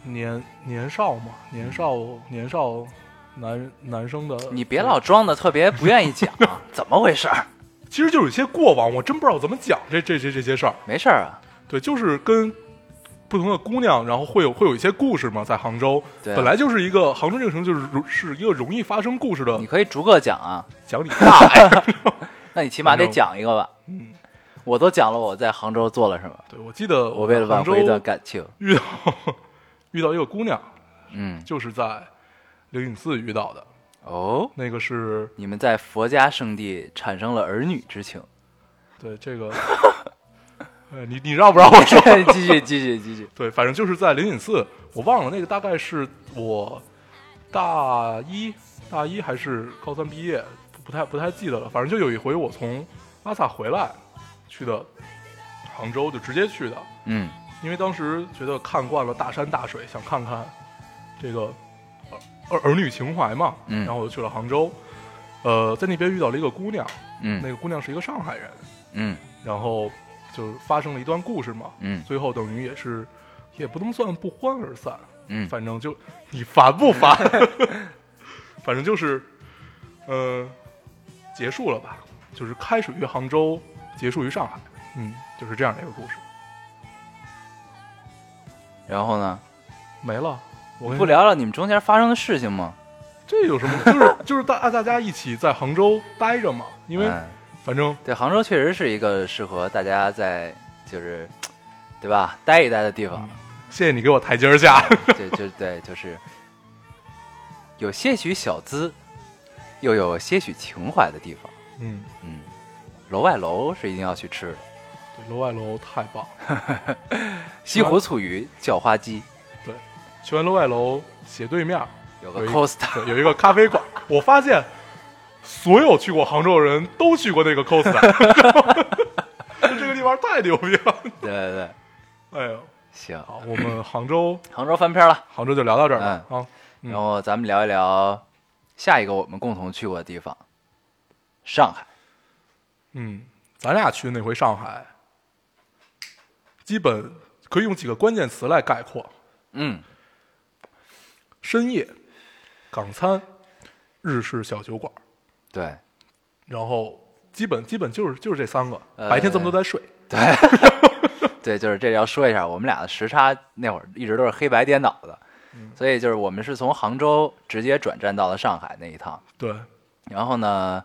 S2: 年年少嘛，年少年少男男生的，
S1: 你别老装的特别不愿意讲，啊 怎么回事儿？
S2: 其实就是有些过往，我真不知道怎么讲这这这这些事儿。
S1: 没事儿啊，
S2: 对，就是跟不同的姑娘，然后会有会有一些故事嘛，在杭州，
S1: 对啊
S2: 本来就是一个杭州这个城市，就是容是一个容易发生故事的
S1: 你可以逐个讲啊。
S2: 讲理哦 大爷。
S1: 那你起码得
S2: 反正
S1: 讲一个吧？
S2: 嗯，
S1: 我都讲了我在杭州做了什么，
S2: 对，我记得
S1: 我为了挽
S2: 哦杭州
S1: 回一段感情。
S2: 遇到 遇到一个姑娘，
S1: 嗯，
S2: 就是在灵隐寺遇到的。
S1: 哦，
S2: 那个是
S1: 你们在佛家圣地产生了儿女之情。
S2: 对这个， 呃，你你让不让我说？
S1: 继续，继续，继续。
S2: 对，反正就是在灵隐寺，我忘了那个大概是我大一大一还是高三毕业，不不太不太记得了。反正就有一回我从拉萨回来去的杭州，就直接去的。
S1: 嗯
S2: 因为当时觉得看惯了大山大水，想看看这个儿儿女情怀嘛，
S1: 嗯
S2: 然后我就去了杭州，呃，在那边遇到了一个姑娘，那
S1: 嗯
S2: 个姑娘是一个上海人，
S1: 嗯
S2: 然后就是发生了一段故事嘛，
S1: 嗯
S2: 最后等于也是也不能算不欢而散，
S1: 嗯
S2: 反正就你烦不烦？ 反正就是，呃，结束了吧，就是开始于杭州，结束于上海，嗯，就是这样的一个故事，
S1: 然后呢？
S2: 没了。我跟你
S1: 不聊聊你们中间发生的事情吗？
S2: 这有什么？就是就是大大家一起在杭州待着嘛，因为
S1: 哎
S2: 反正
S1: 对杭州确实是一个适合大家在就是，对吧？待一待的地方，
S2: 谢谢你给我台阶儿下，
S1: 对，就对，就是有些许小资，又有些许情怀的地方。
S2: 嗯，
S1: 嗯，楼外楼是一定要去吃的，
S2: 对，楼外楼太棒了。
S1: 西湖醋鱼、叫花鸡，
S2: 去完楼外楼斜对面儿
S1: 有个
S2: 有一
S1: Costa，
S2: 对有一个咖啡馆，我发现所有去过杭州的人都去过那个 Costa，这个地方太牛逼了。
S1: 对对对，
S2: 哎呦，
S1: 行，
S2: 好，我们杭州
S1: 杭州翻篇了，
S2: 杭州就聊到这儿了、啊。嗯
S1: 然后咱们聊一聊下一个我们共同去过的地方——上海。
S2: 嗯，咱俩去的那回上海，基本可以用几个关键词来概括：
S1: 嗯
S2: 深夜、港餐、日式小酒馆，，
S1: 对
S2: 然后基本基本就是就是这三个。
S1: 呃
S2: 白天咱们都在睡，
S1: 对，就是这里要说一下，我们俩的时差那会儿一直都是黑白颠倒的，
S2: 嗯
S1: 所以就是我们是从杭州直接转战到了上海那一趟，
S2: 对，
S1: 然后呢，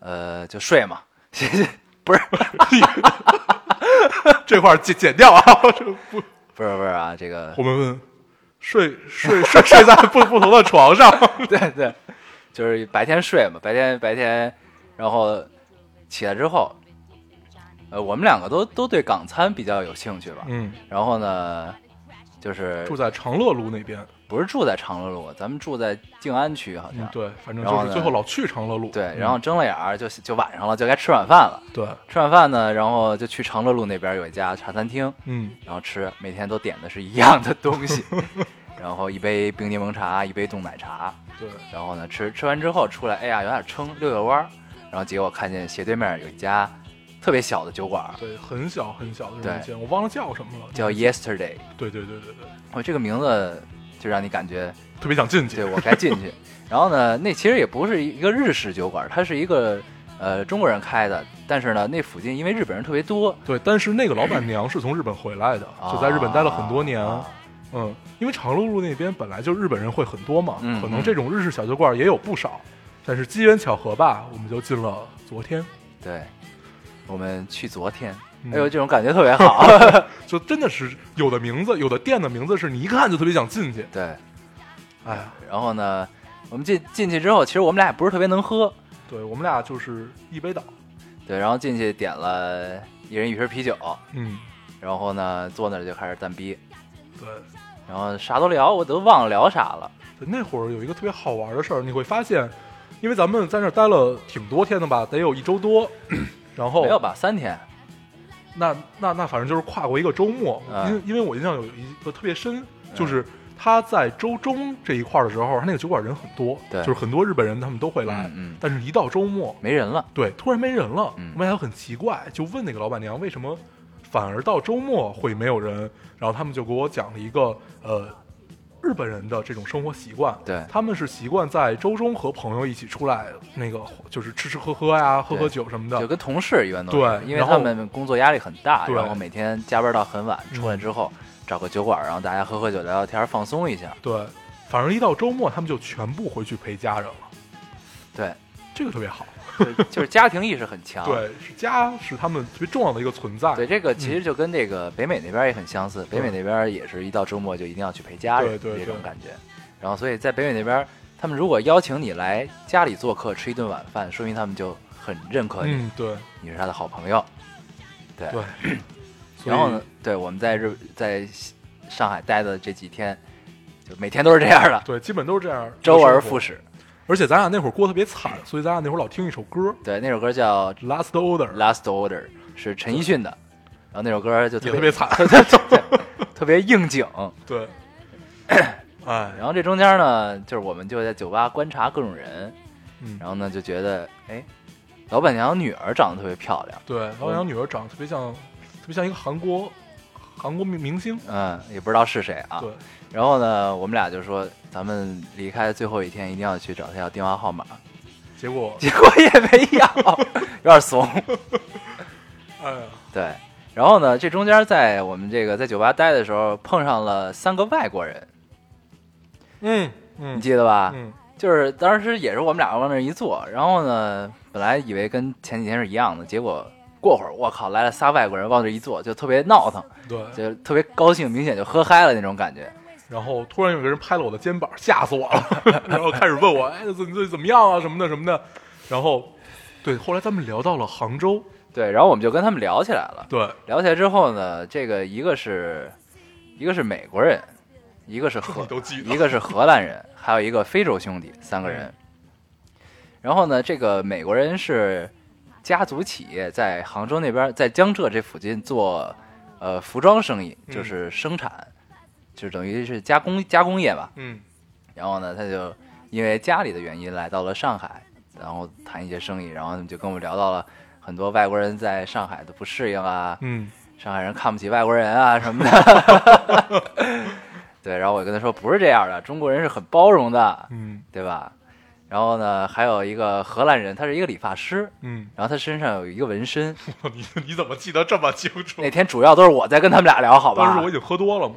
S1: 呃，就睡嘛，不是
S2: 这块儿剪剪掉啊，这个不。
S1: 不是不是啊，这 个
S2: 我们问，睡睡睡 睡在不不同的床上，
S1: 对对，就是白天睡嘛，白天白天，然后起来之后，呃，我们两个都都对港餐比较有兴趣吧，
S2: 嗯，
S1: 然后呢，就是
S2: 住在长乐路那边，
S1: 不是住在长乐路，咱们住在静安区好像
S2: 嗯，，对，反正
S1: 然后
S2: 就
S1: 呢
S2: 是最后老去长乐路，
S1: 对，
S2: 嗯
S1: 然后睁了眼儿就就晚上了，就该吃晚饭了。
S2: 对，
S1: 吃晚饭呢，然后就去长乐路那边有一家茶餐厅，
S2: 嗯，
S1: 然后吃，每天都点的是一样的东西，然后一杯冰柠檬茶，一杯冻奶茶，
S2: 对，
S1: 然后呢吃吃完之后出来，哎呀有点撑，遛遛弯儿，然后结果看见斜对面有一家特别小的酒馆儿，
S2: 对，很小很小的
S1: 对
S2: 这么一间，我忘了叫什么了，
S1: 叫 Yesterday，
S2: 对对对对对，
S1: 我这个名字就让你感觉
S2: 特别想进
S1: 对
S2: 去，
S1: 我该进去。然后呢，那其实也不是一个日式酒馆，它是一个呃中国人开的，但是呢，那附近因为日本人特别多，
S2: 对，但是那个老板娘是从日本回来的，就在日本待了很多年。
S1: 啊
S2: 嗯，因为长乐路那边本来就日本人会很多嘛，
S1: 嗯
S2: 可
S1: 嗯
S2: 能这种日式小酒馆也有不少，但是机缘巧合吧，我们就进了昨天，
S1: 对，我们去昨天，
S2: 嗯
S1: 哎呦，这种感觉特别好。
S2: 就真的是有的名字，有的店的名字是你一看就特别想进去。
S1: 对，
S2: 哎呀，
S1: 然后呢，我们进进去之后，其实我们俩也不是特别能喝，
S2: 对我们俩就是一杯倒。
S1: 对，然后进去点了一人一瓶啤酒，
S2: 嗯，
S1: 然后呢坐那儿就开始蛋逼，
S2: 对。
S1: 然后啥都聊，我都忘了聊啥了。
S2: 对那会儿有一个特别好玩的事儿，你会发现，因为咱们在那儿待了挺多天的吧，得有一周多。然后
S1: 没有吧？三天，
S2: 那那那反正就是跨过一个周末，
S1: 嗯
S2: 因、因为我印象有一个特别深，就是他在周中这一块儿的时候，他那个酒馆人很多，
S1: 对
S2: 就是很多日本人他们都会来，
S1: 嗯嗯
S2: 但是一到周末，
S1: 没人了。
S2: 对，突然没人了，
S1: 嗯
S2: 我们俩很奇怪，就问那个老板娘为什么反而到周末会没有人，然后他们就给我讲了一个呃日本人的这种生活习惯，
S1: 对
S2: 他们是习惯在周中和朋友一起出来，那个就是吃吃喝喝呀，喝
S1: 对
S2: 喝酒什么
S1: 就
S2: 的，
S1: 跟同事一般都是
S2: 对
S1: 因为
S2: 然
S1: 他
S2: 后
S1: 们工作压力很大，
S2: 对
S1: 然后每天加班到很晚，
S2: 嗯
S1: 出来之后找个酒馆，然后大家喝喝酒、聊聊天，放松一下。
S2: 对，反正一到周末他们就全部回去陪家人了，
S1: 对，
S2: 这个特别好，
S1: 就就是家庭意识很强。
S2: 对，是家是他们特别重要的一个存在，
S1: 啊对，这个其实就跟这个北美那边也很相似，北美那边也是一到周末就一定要去陪家人
S2: 对对
S1: 这种
S2: 对
S1: 感觉。然后，所以在北美那边，他们如果邀请你来家里做客吃一顿晚饭，说明他们就很认可你，
S2: 嗯，对
S1: 你是他的好朋友。对。
S2: 对，所以
S1: 然后呢，对我们在日在上海待的这几天，就每天都是这样的，
S2: 对，基本都是这样，
S1: 周而复
S2: 始。
S1: 始。
S2: 而且咱俩那会儿过得特别惨，所以咱俩那会儿老听一首歌
S1: 对，那首歌叫《
S2: 《Last Order》，
S1: Last Order》，是陈奕迅的。然后那首歌就
S2: 也
S1: 特
S2: 特
S1: 别
S2: 别惨，
S1: 特别应景。
S2: 对，哎，
S1: 然后这中间呢，就是我们就在酒吧观察各种人，
S2: 嗯，
S1: 然后呢就觉得，哎，老板娘女儿长得特别漂亮，
S2: 对，老板娘女儿长得特别像，特别像一个韩国韩国明明星，
S1: 嗯，也不知道是谁啊。
S2: 对，
S1: 然后呢，我们俩就说，咱们离开最后一天一定要去找她要电话号码，
S2: 结果
S1: 结果也没要，有点怂。
S2: 哎呀，
S1: 对，然后呢，这中间在我们这个在酒吧待的时候，碰上了三个外国人，
S2: 嗯
S1: 你
S2: 嗯
S1: 记得吧？
S2: 嗯，
S1: 就是当时也是我们俩往那儿一坐，然后呢，本来以为跟前几天是一样的，结果过会儿我靠来了仨外国人往这儿一坐，就特别闹腾，
S2: 对，
S1: 就特别高兴，明显就喝嗨了那种感觉。
S2: 然后突然有个人拍了我的肩膀，吓死我了， 然后开始问我，哎，怎怎怎么样啊，什么的什么的，然后对，后来咱们聊到了杭州，
S1: 对，然后我们就跟他们聊起来了。
S2: 对，
S1: 聊起来之后呢，这个一个是一个是美国人，一个是荷
S2: 你都记得嗯
S1: 一个是荷兰 人，还有一个非洲兄弟，三个人。然后呢，这个美国人是家族企业在杭州那边，在江浙这附近做呃服装生意，
S2: 嗯
S1: 就是生产，就等于是加工加工业吧。
S2: 嗯
S1: 然后呢，他就因为家里的原因来到了上海，然后谈一些生意，然后他们就跟我们聊到了很多外国人在上海的不适应啊，
S2: 嗯，
S1: 上海人看不起外国人啊什么的。 对，然后我跟他说不是这样的，中国人是很包容的，
S2: 嗯
S1: 对吧？然后呢，还有一个荷兰人，他是一个理发师，
S2: 嗯，
S1: 然后他身上有一个纹身。
S2: 你你怎么记得这么清楚
S1: 那？天主要都是我在跟他们俩聊，哎好吧？
S2: 当时我已经喝多了嘛，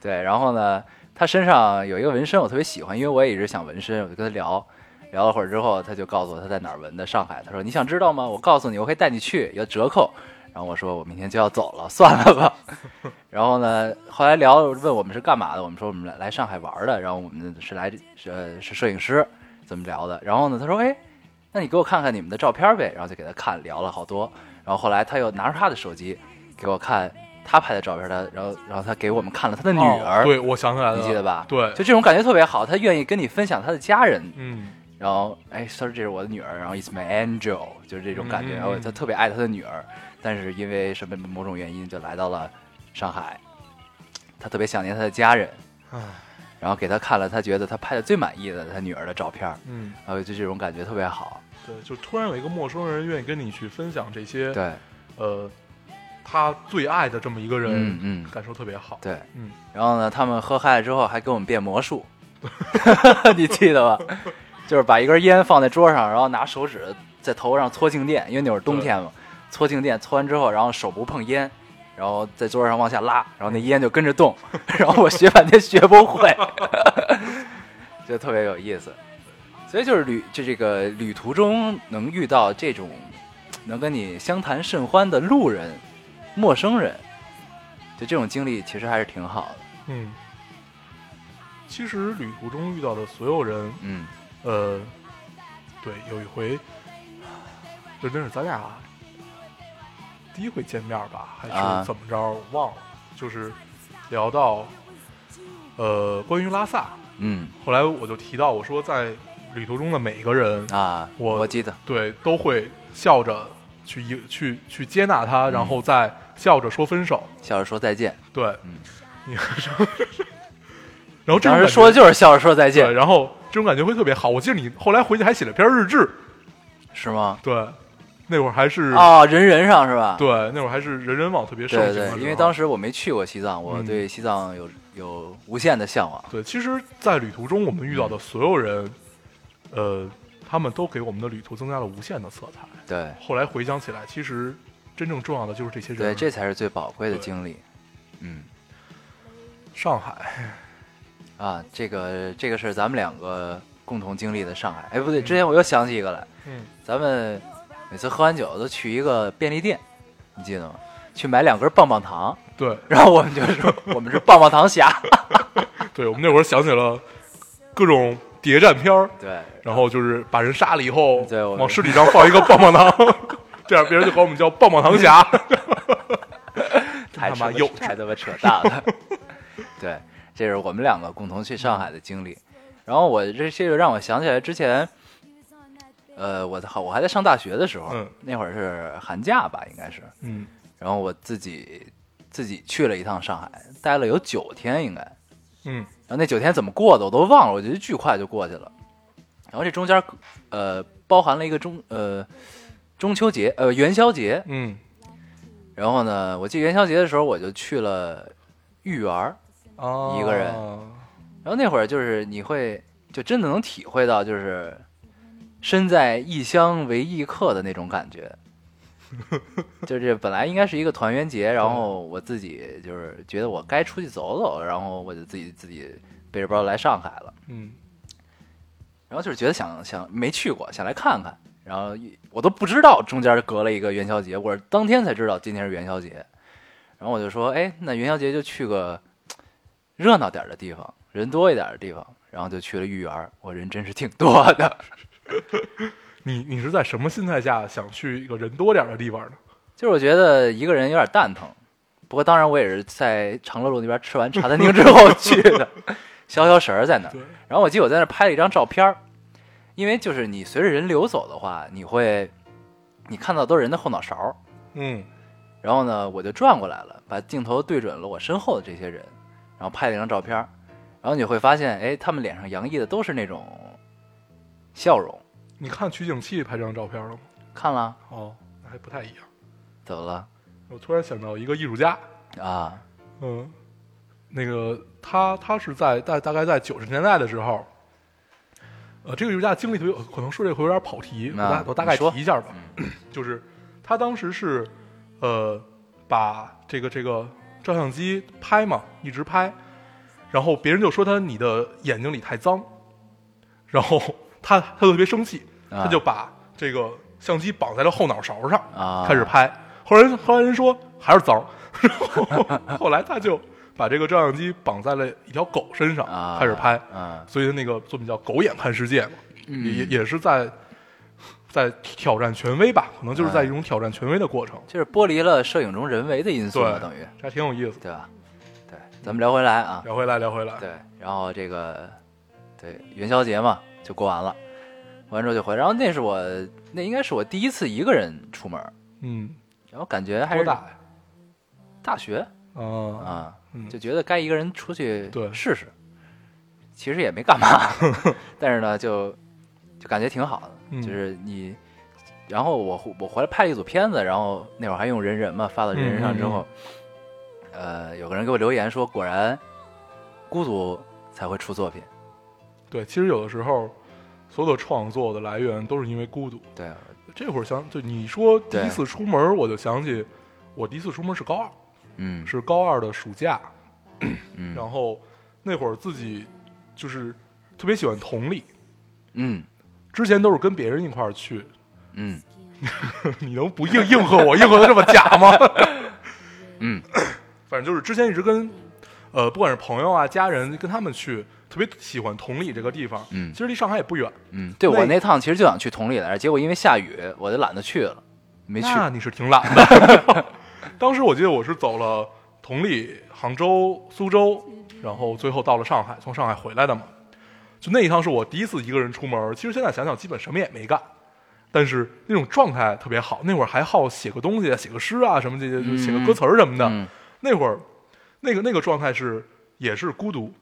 S1: 对，然后呢，他身上有一个纹身，我特别喜欢，因为我也一直想纹身，我就跟他聊，聊了会儿之后，他就告诉我他在哪儿纹的，上海。他说你想知道吗？我告诉你，我可以带你去，有折扣。然后我说我明天就要走了，算了吧。 然后呢，后来聊问我们是干嘛的，我们说我们来来上海玩儿的，然后我们是来是呃是摄影师，怎么聊的？然后呢，他说哎，那你给我看看你们的照片呗，然后就给他看，聊了好多。然后后来他又拿着他的手机给我看他拍的照片，他然后然后他给我们看了他的女儿，
S2: 哦对，我想起来了，
S1: 你记得吧？
S2: 对，
S1: 就这种感觉特别好，他愿意跟你分享他的家人，
S2: 嗯
S1: 然后哎，sorry，这是我的女儿，然后 it's my angel，就是这种感觉，
S2: 嗯
S1: 然后他特别爱他的女儿，但是因为什么某种原因就来到了上海，他特别想念他的家人，
S2: 唉
S1: 然后给他看了他觉得他拍的最满意的他女儿的照片，
S2: 嗯，
S1: 然后就这种感觉特别好，
S2: 对，就突然有一个陌生人愿意跟你去分享这些，
S1: 对，
S2: 呃，他最爱的这么一个
S1: 嗯
S2: 人，
S1: 嗯，
S2: 感受特别好。
S1: 对，
S2: 嗯，
S1: 然后呢，他们喝嗨了之后还给我们变魔 术， 你记得吧？就是把一根烟放在桌上，然后拿手指在头上搓静电，因为那会儿冬天嘛，搓静电，搓完之后，然后手不碰烟，然后在桌上往下拉，然后那烟就跟着动，然后我学半天学不会，就特别有意思。所以就是旅，就这个旅途中能遇到这种能跟你相谈甚欢的路人、陌生人，就这种经历其实还是挺好的。
S2: 嗯，其实旅途中遇到的所有人，
S1: 嗯
S2: 呃，对，有一回，就真是咱俩第一回见面吧，还
S1: 啊
S2: 是怎么着，我忘了，就是聊到呃关于拉萨，
S1: 嗯
S2: 后来我就提到我说在旅途中的每一个人，
S1: 啊，
S2: 我
S1: 我记得，
S2: 对，都会笑着去迎去去接纳他，然后再笑着说分手。
S1: 笑着说再见，
S2: 对，
S1: 嗯
S2: 你 然后这种
S1: 当
S2: 感
S1: 时
S2: 觉
S1: 说的就是笑着说再
S2: 对，
S1: 见，
S2: 然后这种感觉会特别好。我记得你后来回去还写了篇日志，
S1: 是吗？
S2: 对，那会儿还是、
S1: 哦，人人上是吧？
S2: 对，那会儿还是人人网特别盛
S1: 对
S2: 行的
S1: 对，
S2: 时
S1: 因为
S2: 候
S1: 当时我没去过西藏，
S2: 嗯
S1: 我对西藏有有无限的向往。
S2: 对，其实，在旅途中我们遇
S1: 嗯
S2: 到的所有人，呃，他们都给我们的旅途增加了无限的色彩。
S1: 对
S2: 后来回想起来，其实真正重要的就是这些人。
S1: 对，这才是最宝贵的
S2: 对
S1: 经历。嗯
S2: 上海，
S1: 啊，这个这个是咱们两个共同经历的上海。哎，不对，之前我又想起一个来，
S2: 嗯，
S1: 咱们每次喝完酒都去一个便利店，你记得吗？去买两根棒棒糖，
S2: 对。
S1: 然后我们就说 我们是棒棒糖侠。
S2: 对，我们那会儿想起了各种谍战片儿，
S1: 对，
S2: 然后就是把人杀了以后，
S1: 对我
S2: 往尸体上放一个棒棒糖， 这样别人就管我们叫棒棒糖侠。
S1: 太他
S2: 他
S1: 妈
S2: 妈幼稚
S1: 太他妈扯淡了。对，这是我们两个共同去上海的经历。然后我这这就让我想起来之前，呃，我在好，我还在上大学的时候，
S2: 嗯
S1: 那会儿是寒假吧，应该是，
S2: 嗯
S1: 然后我自己自己去了一趟上海，待了有九天应该，然
S2: 嗯
S1: 后那九天怎么过的我都忘了，我觉得巨快就过去了。然后这中间呃包含了一个中呃中秋节呃元宵节，
S2: 嗯
S1: 然后呢，我记得元宵节的时候我就去了豫园儿，
S2: 啊，
S1: 一个人然后那会儿就是你会就真的能体会到就是身在异乡为异客的那种感觉。就是本来应该是一个团圆节，然后我自己就是觉得我该出去走走，然后我就自己自己背着包来上海了。
S2: 嗯
S1: 然后就是觉得想想没去过，想来看看。然后一我都不知道中间隔了一个元宵节，我是当天才知道今天是元宵节。然后我就说，哎，那元宵节就去个嘖热闹点儿的地方，人多一点儿的地方。然后就去了豫园儿，我人真是挺多的，
S2: 你你是在什么心态下想去一个人多点儿的地方呢？
S1: 就是我觉得一个人有点蛋疼。不过当然我也是在长乐路那边吃完茶餐厅之后去的，消消神儿在那儿。
S2: 对，
S1: 然后我记得我在那儿拍了一张照片儿，因为就是你随着人流走的话，你会你看到都是人的后脑勺儿，
S2: 嗯
S1: 然后呢，我就转过来了，把镜头对准了我身后的这些人，然后拍了一张照片儿。然后你会发现，哎，他们脸上洋溢的都是那种笑容。
S2: 你看取景器拍这张照片了吗？
S1: 看了，
S2: 哦，那还不太一样。
S1: 怎么了？
S2: 我突然想到一个艺术家，
S1: 啊，
S2: 嗯，那个他他是在大大概在九十年代的时候，呃，这个艺术家经历特别，可能说这回有点跑题，我
S1: 那
S2: 大我大概
S1: 你说嗯
S2: 提一下吧， 就是他当时是呃把这个这个照相机拍嘛，一直拍，然后别人就说他你的眼睛里太脏，然后他他就特别生气，
S1: 啊
S2: 他就把这个相机绑在了后脑勺上，
S1: 啊，
S2: 开始拍。后来后来人说还是脏，然后 后来他就把这个照相机绑在了一条狗身上，
S1: 啊，
S2: 开始拍。
S1: 啊，
S2: 所以那个作品叫《狗眼看世界》嘛，
S1: 嗯
S2: 也也是在在挑战权威吧，可能就是在一种挑战权威的过程。
S1: 就是剥离了摄影中人为的因素嘛，
S2: 对，
S1: 等于
S2: 这还挺有意思。
S1: 对吧？对，咱们聊回来啊，
S2: 聊回来，聊回 来。
S1: 对，然后这个对元宵节嘛就过完了，完之后就回来，然后那是我那应该是我第一次一个人出门儿，
S2: 嗯，
S1: 然后感觉还
S2: 多
S1: 是
S2: 大呀？
S1: 大学
S2: 啊，
S1: 啊，
S2: 嗯
S1: 就觉得该一个人出去
S2: 对
S1: 试试。其实也没干 嘛， 但是呢，就就感觉挺好的，
S2: 嗯
S1: 就是你。然后我回我回来拍了一组片子，然后那会儿还用人人嘛，发到人人
S2: 嗯
S1: 上之后，呃，有个人给我留言说，果然孤独才会出作品。
S2: 对，其实有的时候，所有的创作的来源都是因为孤独。
S1: 对，啊
S2: 这会儿想，就你说第
S1: 对
S2: 一次出门，我就想起我第一次出门是高二。
S1: 嗯
S2: 是高二的暑假，
S1: 嗯
S2: 然后那会儿自己就是特别喜欢同理，
S1: 嗯
S2: 之前都是跟别人一块儿去，
S1: 嗯
S2: 你能不应应和我应和的这么假吗？
S1: 嗯
S2: 反正就是之前一直跟呃，不管是朋友啊、家人跟他们去，特别喜欢同理这个地方。
S1: 嗯
S2: 其实离上海也不远，
S1: 嗯，对我
S2: 那
S1: 那趟其实就想去同里来着，结果因为下雨，我就懒得去了，没去。
S2: 那你是挺懒的。 当时我记得我是走了同里、杭州、苏州，然后最后到了上海，从上海回来的嘛。就那一趟是我第一次一个人出门，其实现在想想，基本什么也没干，但是那种状态特别好。那会儿还好写个东西、写个诗啊什么这些，就写个歌词儿什么的。
S1: 嗯
S2: 那会儿，那个那个状态是也是孤独，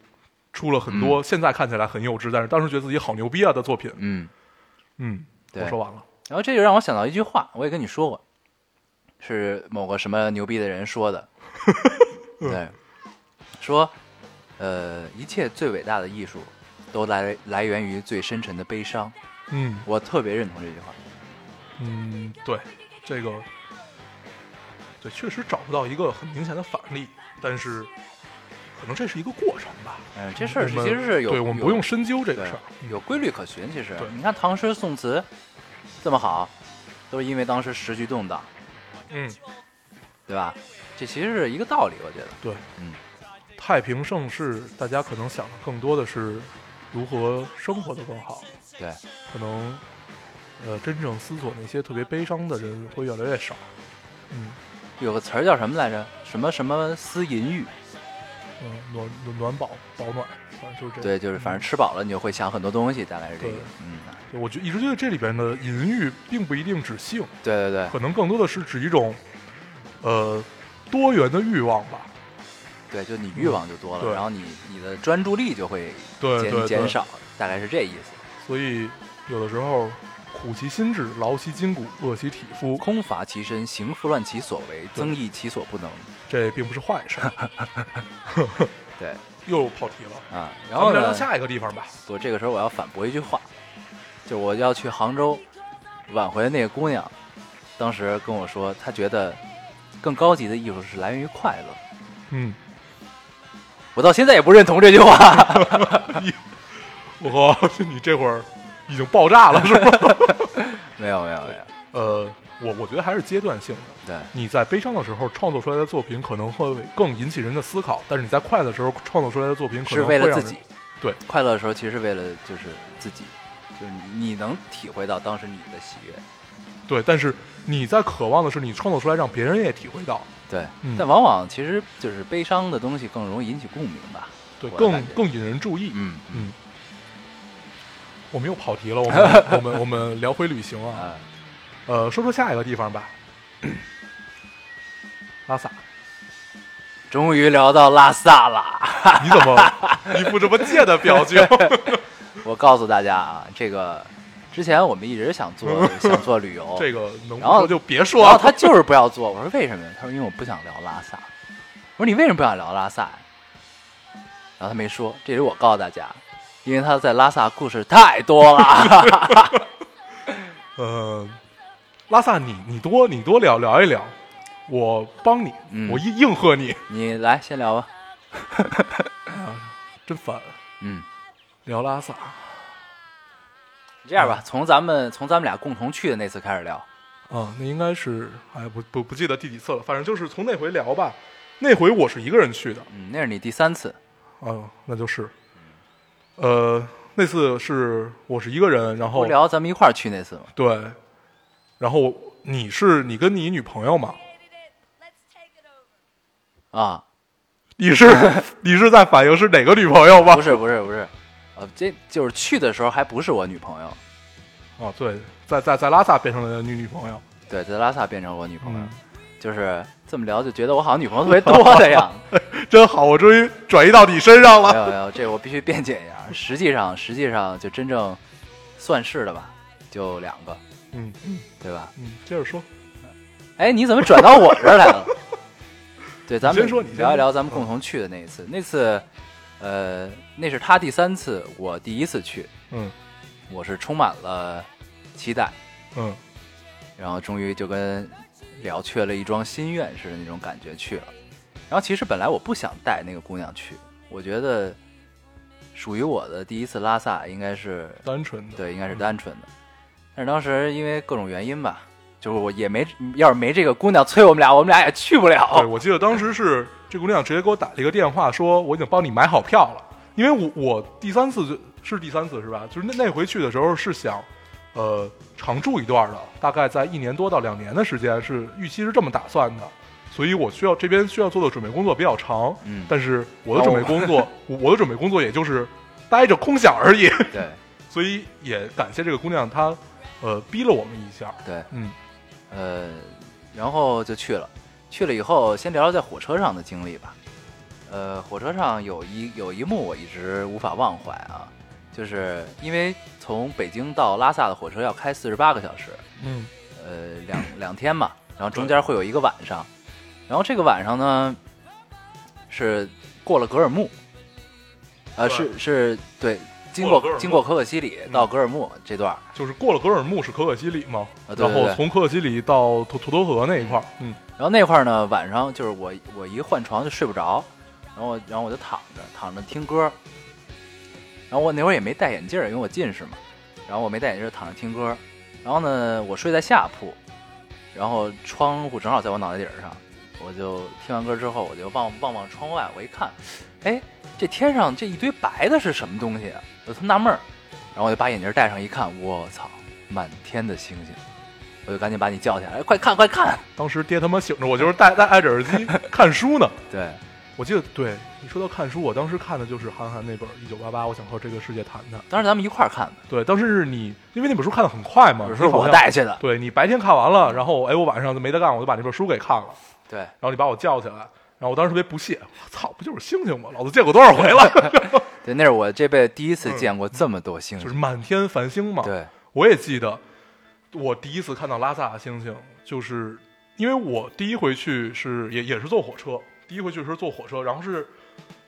S2: 出了很多、现在看起来很幼稚，但是当时觉得自己好牛逼啊的作品。
S1: 嗯，
S2: 嗯，
S1: 对
S2: 我说完了。
S1: 然后这就让我想到一句话，我也跟你说过，是某个什么牛逼的人说的，对，说，呃，一切最伟大的艺术都来来源于最深沉的悲伤。
S2: 嗯
S1: 我特别认同这句话，
S2: 嗯，对，这个，对，确实找不到一个很明显的反例，但是可能这是一个过程吧。
S1: 嗯，这事儿是
S2: 我们
S1: 其实是有，
S2: 对我们
S1: 有
S2: 不用深究这个
S1: 对
S2: 事儿。嗯
S1: 有规律可循。其实
S2: 对
S1: 嗯你看唐诗宋词这么好，都是因为当时时局动荡，
S2: 嗯，
S1: 对吧？这其实是一个道理，我觉得。
S2: 对，
S1: 嗯，
S2: 太平盛世，大家可能想的更多的是如何生活的更好，
S1: 对，
S2: 可能呃，真正思索那些特别悲伤的人会越来越少。嗯，
S1: 有个词儿叫什么来着？什么什么思淫欲
S2: 嗯，暖暖暖宝保暖，反正就是这样。
S1: 对，就是反正吃饱了你就会想很多东西，大概是这个
S2: 对。
S1: 嗯，
S2: 对，我觉一直觉得这里边的隐喻并不一定指性，
S1: 对对对
S2: 可能更多的是指一种，呃，多元的欲望吧。
S1: 对，就你欲望就多了，
S2: 对
S1: 然后你你的专注力就会
S2: 对对
S1: 减
S2: 对，
S1: 减少，大概是这意思。
S2: 所以有的时候苦其心志，劳其筋骨，饿其体 肤，
S1: 空乏其身，行拂乱其所为，增益其所不能。
S2: 这并不是坏事。
S1: 对
S2: 又跑题了，
S1: 啊，然
S2: 咱们
S1: 后
S2: 聊聊
S1: 呢？
S2: 下一个地方吧。
S1: 我这个时候我要反驳一句话，就我要去杭州挽回那个姑娘，当时跟我说，她觉得更高级的艺术是来源于快乐。
S2: 嗯，
S1: 我到现在也不认同这句话。
S2: 我靠， 你这会儿已经爆炸了是吧？
S1: 没有没有没有，
S2: 呃，我我觉得还是阶段性的。
S1: 对
S2: 你在悲伤的时候创作出来的作品可能会更引起人的思考，但是你在快乐的时候创作出来的作品可
S1: 是
S2: 能会
S1: 为
S2: 让
S1: 了
S2: 人
S1: 自己。
S2: 对，
S1: 快乐的时候其实是为了就是自己，就是你你能体会到当时你的喜悦。
S2: 对，但是你在渴望的是你创作出来让别人也体会到，
S1: 对，
S2: 嗯
S1: 但往往其实就是悲伤的东西更容易引起共鸣吧。
S2: 对，
S1: 我的
S2: 更
S1: 感觉
S2: 更引人注意。
S1: 嗯嗯
S2: 嗯，我们又跑题了，我 们我们我们聊回旅行啊，
S1: 啊，
S2: 呃，说说下一个地方吧，拉萨，
S1: 终于聊到拉萨了。
S2: 你怎么一副这么贱的 表情？
S1: 我告诉大家啊，这个之前我们一直想 做想做旅游，
S2: 这个能不
S1: 然后
S2: 说就别说
S1: 然后
S2: 了。
S1: 他就是不要做。我说为什么呀？他说因为我不想聊拉萨。我说你为什么不想聊拉萨呀？然后他没说，这是我告诉大家，因为他在拉萨故事太多 了。
S2: 呃，拉萨你，你多你多聊聊一聊，我帮你，
S1: 嗯
S2: 我应应和你，
S1: 你来先聊吧。
S2: 真烦。
S1: 嗯，
S2: 聊拉萨，
S1: 这样
S2: 嗯
S1: 吧，从咱们从咱们俩共同去的那次开始聊。
S2: 啊，那应该是哎不不不记得第几次了，反正就是从那回聊吧。那回我是一个人去的，
S1: 嗯，那是你第三次。
S2: 啊，那就是，呃，那次是我是一个人，然
S1: 不
S2: 后
S1: 聊咱们一块儿去那次吗？
S2: 对，然后你是你跟你女朋友嘛？
S1: 啊，
S2: 你是你是在反映是哪个女朋友吗
S1: 不？是不是不是，呃，这就是去的时候还不是我女朋友，
S2: 啊，对，在在在拉萨变成了你女朋友，
S1: 对，在拉萨变成我女朋友，
S2: 嗯，
S1: 就是这么聊就觉得我好像女朋友特别多的样。
S2: 嗯真好，我终于转移到你身上
S1: 没
S2: 了。
S1: 有没有，这我必须辩解一下，实际上实际上就真正算是的吧，就两个，
S2: 嗯嗯
S1: 对吧？
S2: 嗯，接着说，
S1: 哎，你怎么转到我这儿来 了？对，咱
S2: 你
S1: 们
S2: 先说你先说
S1: 聊一聊咱们共同去的那一次，那次，呃，那是他第三次，我第一次去，
S2: 嗯
S1: 我是充满了期待。
S2: 嗯
S1: 然后终于就跟了却了一桩心愿似的那种感觉去了。然后其实本来我不想带那个姑娘去，我觉得属于我的第一次拉萨应该是
S2: 单纯的，
S1: 对，应该是单纯的。但是当时因为各种原因吧，就是我也没要是没这个姑娘催我们俩，我们俩也去不
S2: 对，
S1: 了。
S2: 我记得当时是这姑娘直接给我打了一个电话，说我已经帮你买好票了。因为我我第三次就是第三次是吧？就是那那回去的时候是想，呃，常住一段的，大概在一年多到两年的时间是预期是这么打算的，所以我需要这边需要做的准备工作比较长，
S1: 嗯，
S2: 但是我的准备工作，我我的准备工作也就是待着空想而已，
S1: 对
S2: 所以也感谢这个姑娘她，呃，逼了我们一下，
S1: 对，
S2: 嗯
S1: 呃，然后就去了。去了以后，先聊聊在火车上的经历吧。呃，火车上有一有一幕我一直无法忘怀啊，就是因为从北京到拉萨的火车要开四十八个小时，
S2: 嗯
S1: 呃，两两天嘛，然后中间会有一个晚上，然后这个晚上呢是过了格尔木，呃，
S2: 对
S1: 是是对，经
S2: 过
S1: 过
S2: 了格尔木嗯
S1: 经过可可西里到格尔木这段儿，
S2: 就是过了格尔木是可可西里嘛，
S1: 啊对对
S2: 然后
S1: 对
S2: 从可可西里到图图多河那一块儿，嗯
S1: 然后那块儿呢，晚上就是我我一换床就睡不着，然后我然后我就躺着躺着听歌，然后我那会儿也没戴眼镜儿，因为我近视嘛，然后我没戴眼镜儿躺着听歌，然后呢我睡在下铺，然后窗户正好在我脑袋顶儿上，我就听完歌之后我就望望望窗外，我一看，哎，这天上这一堆白的是什么东西啊？我特纳闷儿，然后我就把眼镜儿戴上一看，我操，满天的星星，我就赶紧把你叫起来，哎快看快看！
S2: 当时爹他妈醒着，我就是戴戴戴着耳机 看书呢，
S1: 对，
S2: 我记得，对你说到看书，我当时看的就是韩寒那本《一九八八》，我想和这个世界谈谈。
S1: 当时咱们一块儿看的，
S2: 对，当时是你，因为那本书看的很快嘛，
S1: 不是
S2: 哦你好
S1: 我
S2: 像。
S1: 带去的。
S2: 对你白天看完了，然后哎，我晚上就没得干，我就把那本书给看了，
S1: 对，
S2: 然后你把我叫起来，然后我当时特别不屑，我操，不就是星星吗？老子见过多少回了，
S1: 对，那是我这辈子第一次见过这么多星
S2: 就
S1: 星
S2: 是。满天繁星嘛。
S1: 对，
S2: 我也记得，我第一次看到拉萨的星星，就是因为我第一回去是也也是坐火车，第一回去是坐火车，然后是，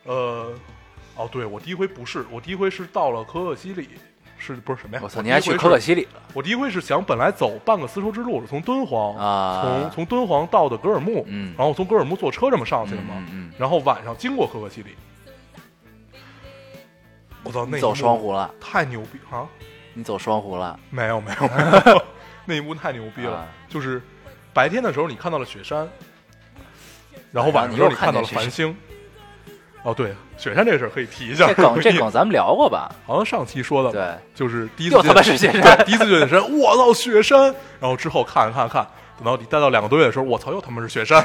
S2: 呃，哦，对我第一回不是，我第一回是到了可可西里，是不是什么呀？
S1: 我操，你还去可可
S2: 西？
S1: 西里了？
S2: 我第一回是想本来走半个丝绸之路，是从敦煌
S1: 啊
S2: 从从敦煌到的格尔木，
S1: 嗯
S2: 然后从格尔木坐车这么上去的嘛，
S1: 嗯嗯嗯
S2: 然后晚上经过可可西里，我操，哦那
S1: 你
S2: 一
S1: 走
S2: 幕
S1: 双湖了？
S2: 太牛逼啊！
S1: 你走双湖了？
S2: 没 有没有没有，那一幕太牛逼了。
S1: 啊
S2: 就是白天的时候你看到了雪山，然后晚上
S1: 啊
S2: 的时候你看到了繁星。哦，对，雪山这事儿可以提一下
S1: 这。梗这
S2: 你
S1: 梗咱们聊过吧？
S2: 好像上期说的吧，
S1: 对，
S2: 就是第一次
S1: 又他妈是
S2: 见
S1: 雪山
S2: 对第一次见雪山，我操雪山！然后之后看看看，等到你待到两个多月的时候，我操又他妈是雪山。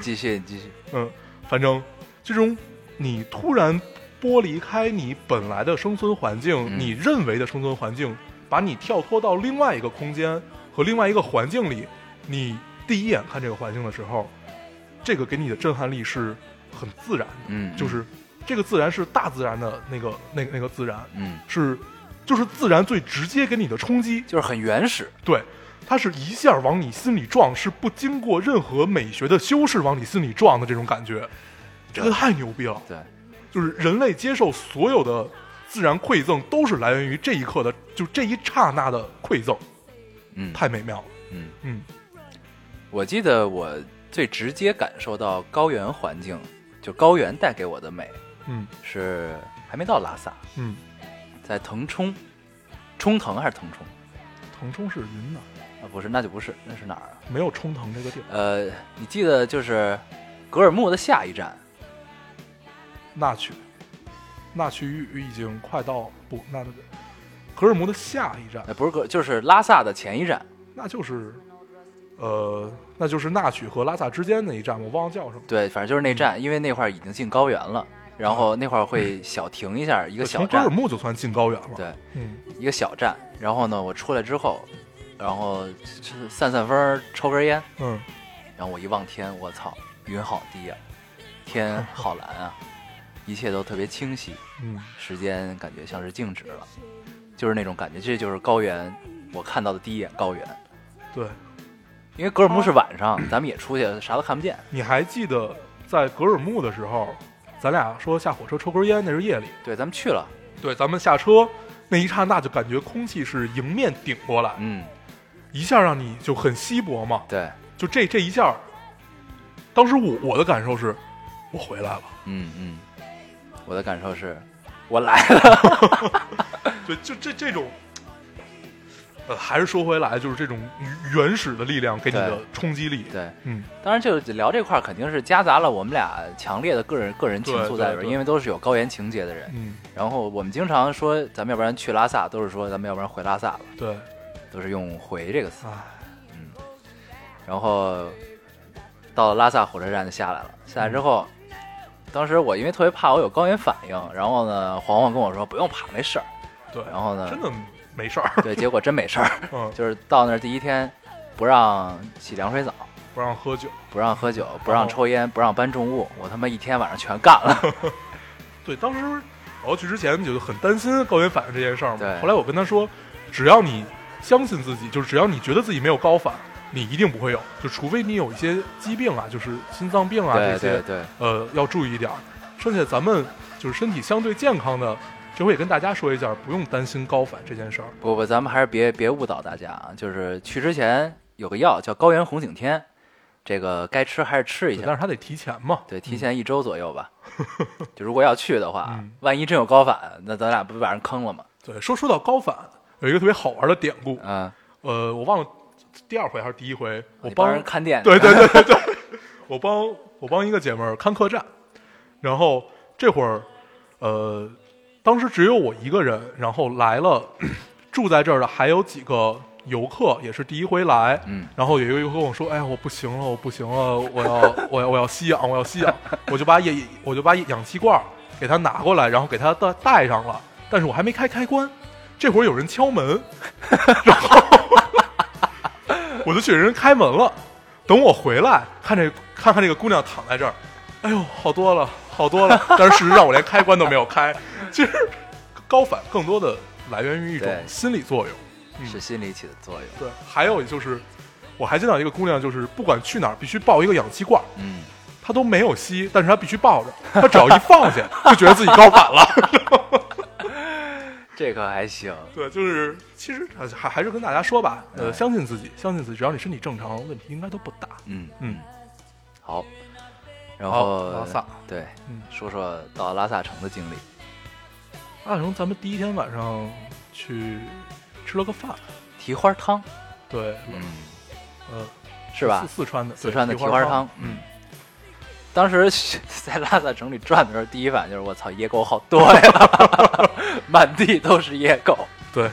S1: 继续继续。
S2: 嗯，反正这种你突然剥离开你本来的生存环境，
S1: 嗯
S2: 你认为的生存环境，把你跳脱到另外一个空间和另外一个环境里，你第一眼看这个环境的时候，这个给你的震撼力是很自然的，
S1: 嗯，
S2: 就是这个自然是大自然的那个那个那个自然，
S1: 嗯，
S2: 是就是自然最直接给你的冲击，
S1: 就是很原始。
S2: 对，它是一下往你心里撞，是不经过任何美学的修饰往你心里撞的这种感觉，这个太牛逼了。
S1: 对，
S2: 就是人类接受所有的自然馈赠，都是来源于这一刻的，就这一刹那的馈赠，
S1: 嗯，
S2: 太美妙了。
S1: 嗯，
S2: 嗯，
S1: 我记得我最直接感受到高原环境，就高原带给我的美，
S2: 嗯
S1: 是还没到拉萨，
S2: 嗯，
S1: 在腾冲，冲腾还是腾冲？
S2: 嗯腾冲是云南，
S1: 啊，不是，那就不是，那是哪儿啊？
S2: 没有冲腾这个地儿，
S1: 呃，你记得就是格尔木的下一站，
S2: 那曲，那曲域已经快到不那那格尔木的下一站，
S1: 呃，不是格，就是拉萨的前一站。
S2: 那就是。呃，那就是那曲和拉萨之间那一站，我忘了叫什么。
S1: 对，反正就是那
S2: 嗯
S1: 站，因为那块儿已经进高原了，然后那块儿会小停一下，一个小
S2: 从格尔
S1: 站，
S2: 木就算进高原了。
S1: 对，
S2: 嗯，
S1: 一个小站。然后呢，我出来之后，然后就是散散风儿，抽根烟，
S2: 嗯
S1: 然后我一望天，我操，云好低呀、天好蓝啊， 一切都特别清晰，
S2: 嗯，
S1: 时间感觉像是静止了，就是那种感觉。这就是高原，我看到的第一眼高原。
S2: 对，
S1: 因为格尔木是晚上， 咱们也出去啥都看不见。
S2: 你还记得在格尔木的时候，咱俩说下火车抽根烟，那是夜里。
S1: 对，咱们去了，
S2: 对，咱们下车那一刹那就感觉空气是迎面顶过来，
S1: 嗯，
S2: 一下让你就很稀薄嘛。
S1: 对，
S2: 就这这一下，当时我我的感受是，我回来了。
S1: 嗯嗯，我的感受是，我来了，
S2: 对，就这这种。呃，还是说回来，就是这种原始的力量给你的
S1: 对
S2: 冲击力。
S1: 对。
S2: 嗯，
S1: 当然，就聊这块儿肯定是夹杂了我们俩强烈的个人个人情愫在里
S2: 对对
S1: 边，
S2: 对
S1: 因为都是有高原情节的人。
S2: 嗯，
S1: 然后我们经常说，咱们要不然去拉萨，都是说咱们要不然回拉萨吧，
S2: 对，
S1: 都是用“回”这个词。
S2: 唉，
S1: 然后到了拉萨火车站就下来了，下
S2: 嗯
S1: 来之后，当时我因为特别怕我有高原反应，然后呢，黄黄跟我说不用怕，没事儿。
S2: 对。
S1: 然后呢
S2: 真，的没事儿，
S1: 对，结果真没事儿，
S2: 嗯，
S1: 就是到那儿第一天不让洗凉水澡，
S2: 不让喝酒。
S1: 不让喝酒，不
S2: 哦
S1: 让抽烟，不让搬重物，我他妈一天晚上全干了。
S2: 对，当时我要去之前就很担心高原反应这件事儿嘛
S1: 对。
S2: 后来我跟他说，只要你相信自己，就是只要你觉得自己没有高反，你一定不会有，就除非你有一些疾病啊，就是心脏 病啊
S1: 对
S2: 这
S1: 对
S2: 些，
S1: 对，
S2: 呃，要注意一点儿。剩下咱们就是身体相对健康的，这回也跟大家说一下，不用担心高反这件事儿。
S1: 不不，咱们还是别别误导大家啊！就是去之前有个药叫高原红景天，这个该吃还是吃一
S2: 对但
S1: 下。
S2: 是他得提前嘛，
S1: 对，提前一周左右吧。 就如果要去的话
S2: 嗯，
S1: 万一真有高反，那咱俩不把人坑了吗？
S2: 对，说说到高反，有一个特别好玩的典故，
S1: 嗯，啊
S2: 呃，我忘了第二回还是第一回，我
S1: 你帮人看店。
S2: 对对对对对， 我帮我帮一个姐们儿看客栈，然后这会儿，呃，当时只有我一个人，然后来了住在这儿的还有几个游客也是第一回来，
S1: 嗯
S2: 然后有一个游客跟我说：“哎呀，我不行了，我不行了，我要我要我要吸氧，我要吸氧。”我就把氧我就把氧气罐给他拿过来，然后给他带带上了，但是我还没开开关，这会儿有人敲门，然后我就去给人开门了。等我回来，看这看看这个姑娘躺在这儿，哎呦，好多了，好 多了。但是事实上我连开关都没有开。其实高反更多的来源于一种
S1: 对
S2: 心理作用。嗯
S1: 是心理起的作用。
S2: 对，还有就是，我还见到一个姑娘，就是不管去哪儿必须抱一个氧气罐儿，
S1: 嗯，
S2: 她都没有吸，但是她必须抱着，她只要一放下，就觉得自己高反了。
S1: 这可还行。
S2: 对，就是其实还还还是跟大家说吧，呃，
S1: 哎
S2: 相信自己，相信自己，只要你身体正常，问题应该都不大。
S1: 嗯，
S2: 嗯，
S1: 好。然
S2: 好
S1: 后
S2: 拉萨
S1: 对，
S2: 嗯
S1: 说说到拉萨城的经历。
S2: 阿成，咱们第一天晚上去吃了个饭，
S1: 蹄花汤，
S2: 对，
S1: 嗯，
S2: 呃，
S1: 是吧？
S2: 四四川的，
S1: 四川的
S2: 对
S1: 蹄花汤
S2: 汤，嗯，
S1: 当时在拉萨城里转的时候，第一反应就是我操，野狗好多呀， 满地都是野狗。
S2: 对。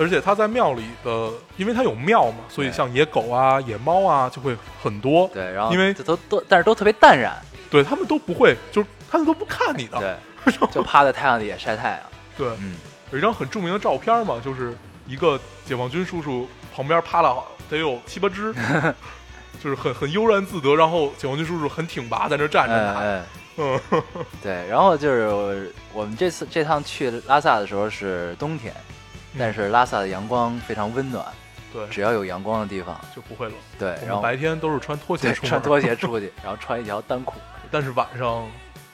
S2: 而且它在庙里的，因为它有庙嘛，所以
S1: 对
S2: 像野狗啊、野猫啊就会很多。
S1: 对，然后
S2: 因为
S1: 这都都，但是都特别淡然，
S2: 对他们都不会，就是他们都不看你的。
S1: 对，就趴在太阳底下晒太阳。
S2: 对
S1: 哦嗯，
S2: 有一张很著名的照片嘛，就是一个解放军叔叔旁边趴了得有七八 只，就是很很悠然自得，然后解放军叔叔很挺拔在那站着
S1: 嗯
S2: 呢。
S1: 嗯，
S2: 嗯，
S1: 对。然后就是我我们这次这趟去拉萨的时候是冬天，
S2: 嗯
S1: 但是拉萨的阳光非常温暖，
S2: 对，
S1: 只要有阳光的地方，
S2: 就不会冷。
S1: 对，
S2: 我
S1: 然
S2: 们
S1: 后
S2: 白天都是穿拖
S1: 对
S2: 鞋出门，
S1: 穿拖鞋出去，然后穿一条单裤，
S2: 但是晚上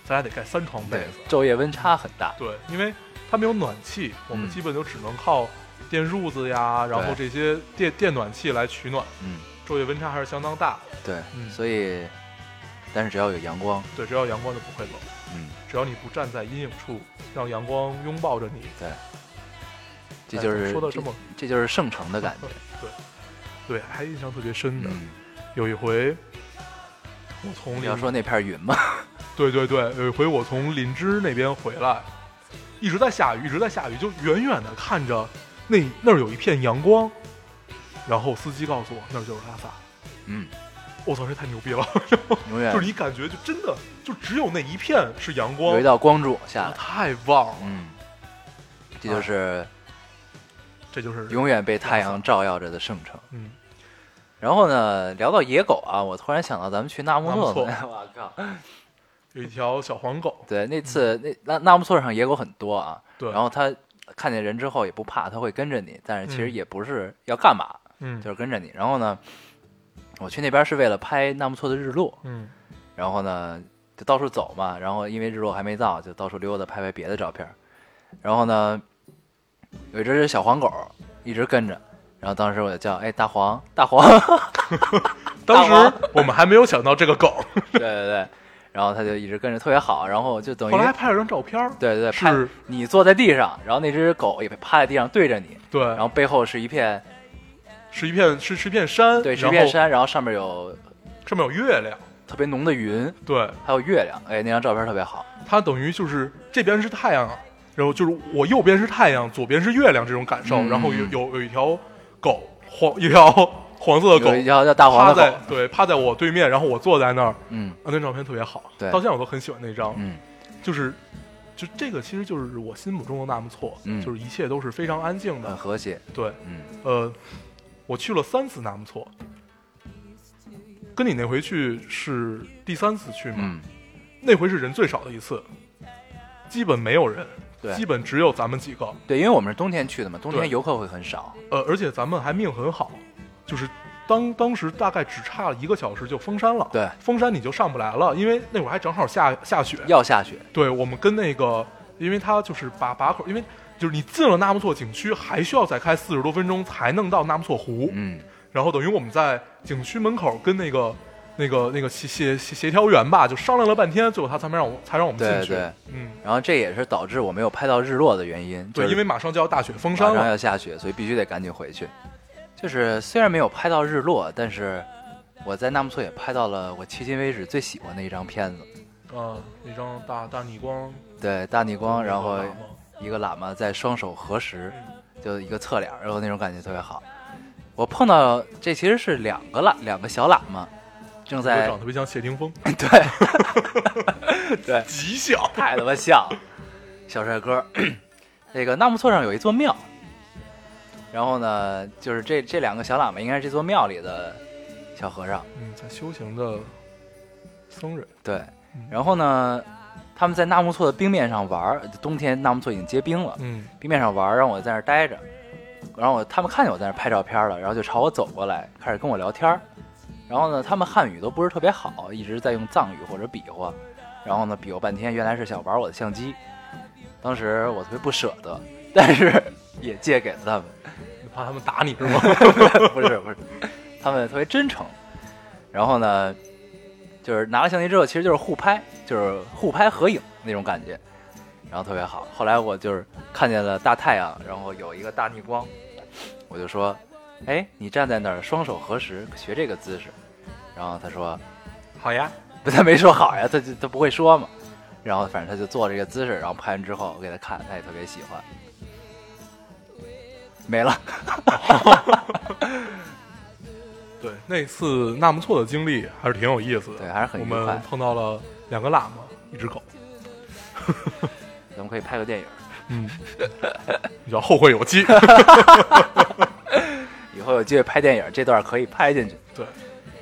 S2: 咱俩得盖三床被
S1: 对
S2: 子。，
S1: 昼夜温差很大。
S2: 对，因为它没有暖气，我们
S1: 嗯
S2: 基本就只能靠电褥子呀，然后这些电电暖气来取暖，
S1: 嗯，
S2: 昼夜温差还是相当大。
S1: 对，
S2: 嗯
S1: 所以，但是只要有阳光，
S2: 对，只要阳光就不会冷。
S1: 嗯，
S2: 只要你不站在阴影处，让阳光拥抱着你，
S1: 对，这
S2: 哎
S1: 就
S2: 怎么
S1: 是
S2: 说得
S1: 这
S2: 这么
S1: 这就是圣城的感觉。
S2: 对对，还印象特别深的、
S1: 嗯，
S2: 有一回，我从
S1: 你
S2: 林
S1: 要说那片云 嘛，
S2: 对对对，有一回我从林芝那边回来，一直在下雨，一直在下雨，就远远的看着那那儿有一片阳光，然后司机告诉我那儿就是拉萨，
S1: 嗯，
S2: 我操，这太牛逼了！
S1: 永远
S2: 就是你感觉就真的就只有那一片是阳光
S1: 有一，道光柱下
S2: 啊
S1: 来，
S2: 太棒了！
S1: 嗯，这就是
S2: 这就是
S1: 永远被太阳照耀着的圣城。
S2: 嗯，
S1: 然后呢，聊到野狗啊，我突然想到咱们去纳木
S2: 纳
S1: 错
S2: 木错，
S1: 我 靠，
S2: 有一条小黄狗，
S1: 对，那次那那纳木错上野狗很多啊，
S2: 嗯对，
S1: 然后它看见人之后也不怕，它会跟着你，但是其实
S2: 嗯
S1: 也不是要干嘛，
S2: 嗯
S1: 就是跟着你。然后呢，我去那边是为了拍纳木错的日落，
S2: 嗯
S1: 然后呢就到处走嘛，然后因为日落还没到，就到处溜达拍拍别的照片儿。然后呢，有一只小黄狗一直跟着，然后当时我就叫哎大黄大黄，
S2: 当
S1: 大
S2: 时
S1: 王
S2: 我们还没有想到这 个狗，
S1: 对对对，然后它就一直跟着特别好，然后就等于
S2: 后来还拍了张照片儿，
S1: 对对对，
S2: 是
S1: 拍你坐在地上，然后那只狗也趴在地上对着你，
S2: 对，
S1: 然后背后是一片
S2: 是一片是是一片山，
S1: 对是一
S2: 然
S1: 片
S2: 后
S1: 山，然后上面有
S2: 上面有月亮，
S1: 特别浓的云，
S2: 对，
S1: 还有月亮，哎，那张照片特别好，
S2: 它等于就是这边是太阳，然后就是我右边是太阳，左边是月亮这种感受，
S1: 嗯
S2: 然后有有有一条狗黄一条黄 色的狗
S1: 有一条叫大黄
S2: 趴
S1: 的
S2: 在
S1: 狗，
S2: 对趴在我对面，然后我坐在那儿，啊，
S1: 嗯
S2: 那照片特别好，
S1: 对
S2: 到现在我都很喜欢那张，
S1: 嗯
S2: 就是。就这个其实就是我心目中的纳木错，
S1: 嗯
S2: 就是一切都是非常安静
S1: 很
S2: 的。
S1: 和谐，
S2: 对，
S1: 嗯
S2: 呃，我去了三次纳木错，跟你那回去是第三次去嘛？
S1: 嗯，
S2: 那回是人最少的一次，基本没有人，
S1: 对
S2: 基本只有咱们几个。
S1: 对，因为我们是冬天去的嘛，冬天
S2: 对
S1: 游客会很少，
S2: 呃，而且咱们还命很好，就是当当时大概只差了一个小时就封山了。
S1: 对，
S2: 封山你就上不来了，因为那会儿还正好下下雪。
S1: 要下雪，
S2: 对，我们跟那个，因为他就是把把口，因为就是你进了纳木错景区，还需要再开四十多分钟才能到纳木错湖。
S1: 嗯
S2: 然后等于我们在景区门口跟那个那个那个协协协协调员吧，就商量了半天，最后他才没让我才让我们进去。
S1: 对对
S2: 嗯，
S1: 然后这也是导致我没有拍到日落的原因，
S2: 对，
S1: 就是
S2: 因为马上就要大雪封
S1: 马
S2: 山
S1: 上
S2: 了。
S1: 要下雪，所以必须得赶紧回去。就是虽然没有拍到日落，但是我在纳木错也拍到了我迄今为止最喜欢的一张片子，
S2: 啊，那张大大逆光，
S1: 对，大逆
S2: 哦
S1: 光，然后
S2: 那
S1: 一个
S2: 个喇嘛
S1: 喇嘛在双手合十，就一个侧脸，然后那种感觉特别好。我碰到这其实是两个喇，两个小喇嘛，正
S2: 我
S1: 在
S2: 长得特别像谢霆锋，
S1: 对对，
S2: 极像。
S1: 太他妈像了小帅 哥。这个纳木错上有一座庙，然后呢，就是这这两个小喇嘛应该是这座庙里的小和尚，
S2: 嗯，在修行的僧人，
S1: 对
S2: 嗯。
S1: 然后呢，他们在纳木错的冰面上玩儿，冬天纳木错已经结冰了，
S2: 嗯
S1: 冰面上玩儿，让我在那儿待着，然后我他们看见我在那儿拍照片了，然后就朝我走过来，开始跟我聊天儿。然后呢，他们汉语都不是特别好，一直在用藏语或者比划，然后呢比划半天，原来是想玩我的相机。当时我特别不舍得，但是 也借给了他们。
S2: 怕他们打你是 吗？
S1: 不是不是，他们特别真诚。然后呢，就是拿了相机之后，其实就是互拍，就是互拍合影那种感觉，然后特别好。后来我就是看见了大太阳，然后有一个大逆光，我就说：“哎，你站在那儿，双手合十，学这个姿势。”然后他说
S2: 好呀，：“
S1: 不，他没说好呀，他就他不会说嘛。”然后反正他就做这个姿势，然后拍完之后我给他看，他也特别喜欢。没了，
S2: 对，那次纳木错的经历还是挺有意思的。
S1: 对，还是很
S2: 我
S1: 愉
S2: 们
S1: 快。
S2: 碰到了两个喇嘛，一只狗。
S1: 咱们可以拍个电影。
S2: 嗯，你叫后会 有期。
S1: 以后有机会拍电影，这段可以拍进去。
S2: 对，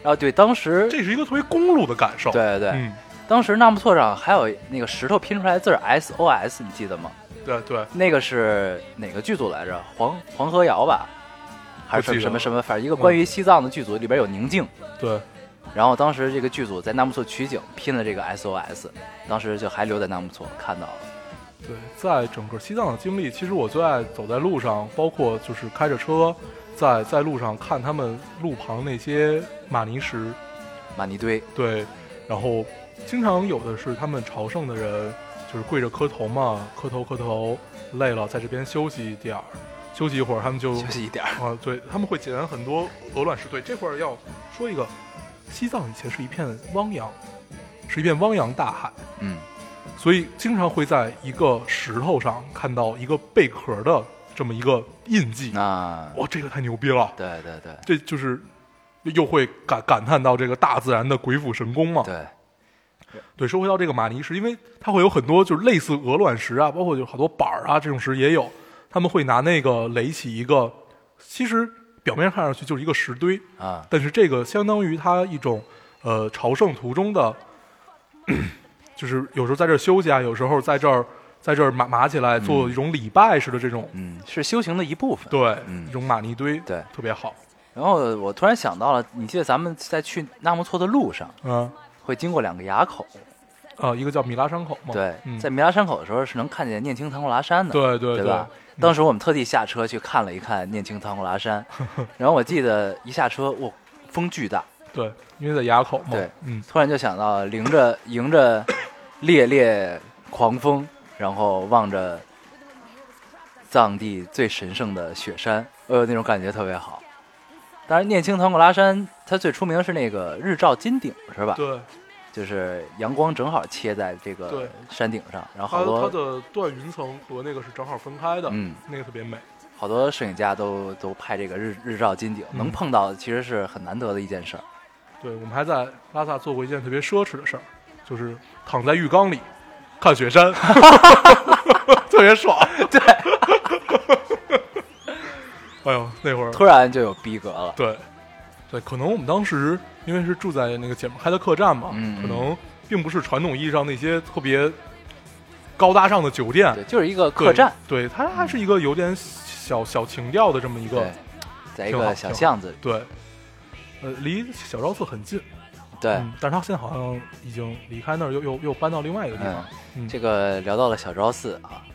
S1: 然后对，当时
S2: 这是一个特别公路的感受。
S1: 对，对对，
S2: 嗯，
S1: 当时纳木错上还有那个石头拼出来的字儿 S O S，你记得吗？
S2: 对对，
S1: 那个是哪个剧组来着？黄黄河谣吧，还是
S2: 不记
S1: 什
S2: 得
S1: 么
S2: 了嗯
S1: 什么？反正一个关于西藏的剧组，里边有宁静。
S2: 对，
S1: 然后当时这个剧组在纳木错取景，拼了这个 S O S，当时就还留在纳木错看到了。
S2: 对，在整个西藏的经历，其实我最爱走在路上，包括就是开着车，在在路上看他们路旁那些玛尼石，
S1: 玛尼堆，
S2: 对，然后经常有的是他们朝圣的人，就是跪着磕头嘛，磕头磕头，累了在这边休息一点儿，休息一会儿，他们就
S1: 休息一点儿。
S2: 啊，对，他们会捡很多鹅卵石。对，这块儿要说一个，西藏以前是一片汪洋，是一片汪洋大海。
S1: 嗯，
S2: 所以经常会在一个石头上看到一个贝壳的这么一个印
S1: 啊
S2: 记。
S1: 那
S2: 哇，这个太牛逼了！
S1: 对对对
S2: 这就是又会感感叹到这个大自然的鬼斧神工嘛。
S1: 对，
S2: 对，说回到这个玛尼石，因为它会有很多就是类似鹅卵石啊，包括有好多板儿啊这种石也有，他们会拿那个垒起一个，其实表面看上去就是一个石堆，
S1: 啊，
S2: 但是这个相当于他一种呃朝圣途中的， 就是有时候在这儿休息啊，有时候在这儿在这儿码码起来做一种礼拜似的这种，
S1: 嗯，是修行的一部分。
S2: 对，
S1: 嗯
S2: 一种玛尼堆，
S1: 对
S2: 特别好，
S1: 然后我突然想到了，你记得咱们在去纳木错的路上
S2: 嗯
S1: 会经过两个垭口，
S2: 啊，一个叫米拉山口嘛，
S1: 对，
S2: 嗯
S1: 在米拉山口的时候是能看见念青唐古拉山的，
S2: 对对
S1: 吧？当时我们特地下车去看了一看念青唐古拉 山，然后我记得一下车，哇，风巨大，
S2: 对，因为在垭口嘛，
S1: 对
S2: 嗯，
S1: 突然就想到迎着迎着烈烈狂风，然后望着藏地最神圣的雪山，呃，那种感觉特别好。当然，念青唐古拉山它最出名是那个日照金顶，是吧？
S2: 对，
S1: 就是阳光正好切在这个
S2: 对
S1: 山顶上，然后
S2: 它
S1: 好
S2: 它
S1: 多
S2: 的断云层和那个是正好分开的，
S1: 嗯，
S2: 那个特别美，
S1: 好多摄影家都都拍这个日日照金顶，
S2: 嗯
S1: 能碰到其实是很难得的一件事儿。
S2: 对我们还在拉萨做过一件特别奢侈的事儿，就是躺在浴缸里看雪山， 特别爽。对，哎呦，那会儿
S1: 突然就有逼格了，
S2: 对对，可能我们当时因为是住在那个姐们开的客栈嘛，
S1: 嗯
S2: 可能并不是传统意义上那些特别高大上的酒店
S1: 对，就是一个
S2: 对
S1: 客栈，
S2: 对，它还是一个有点小小情调的这么一个
S1: 对，在一
S2: 挺
S1: 个
S2: 好
S1: 小
S2: 挺好
S1: 巷子里，
S2: 对。呃，离小昭寺很近，
S1: 对。
S2: 嗯，但是他现在好像已经离开那儿，又又又搬到另外一个地方
S1: 嗯。，
S2: 嗯
S1: 这个聊到了小昭寺啊，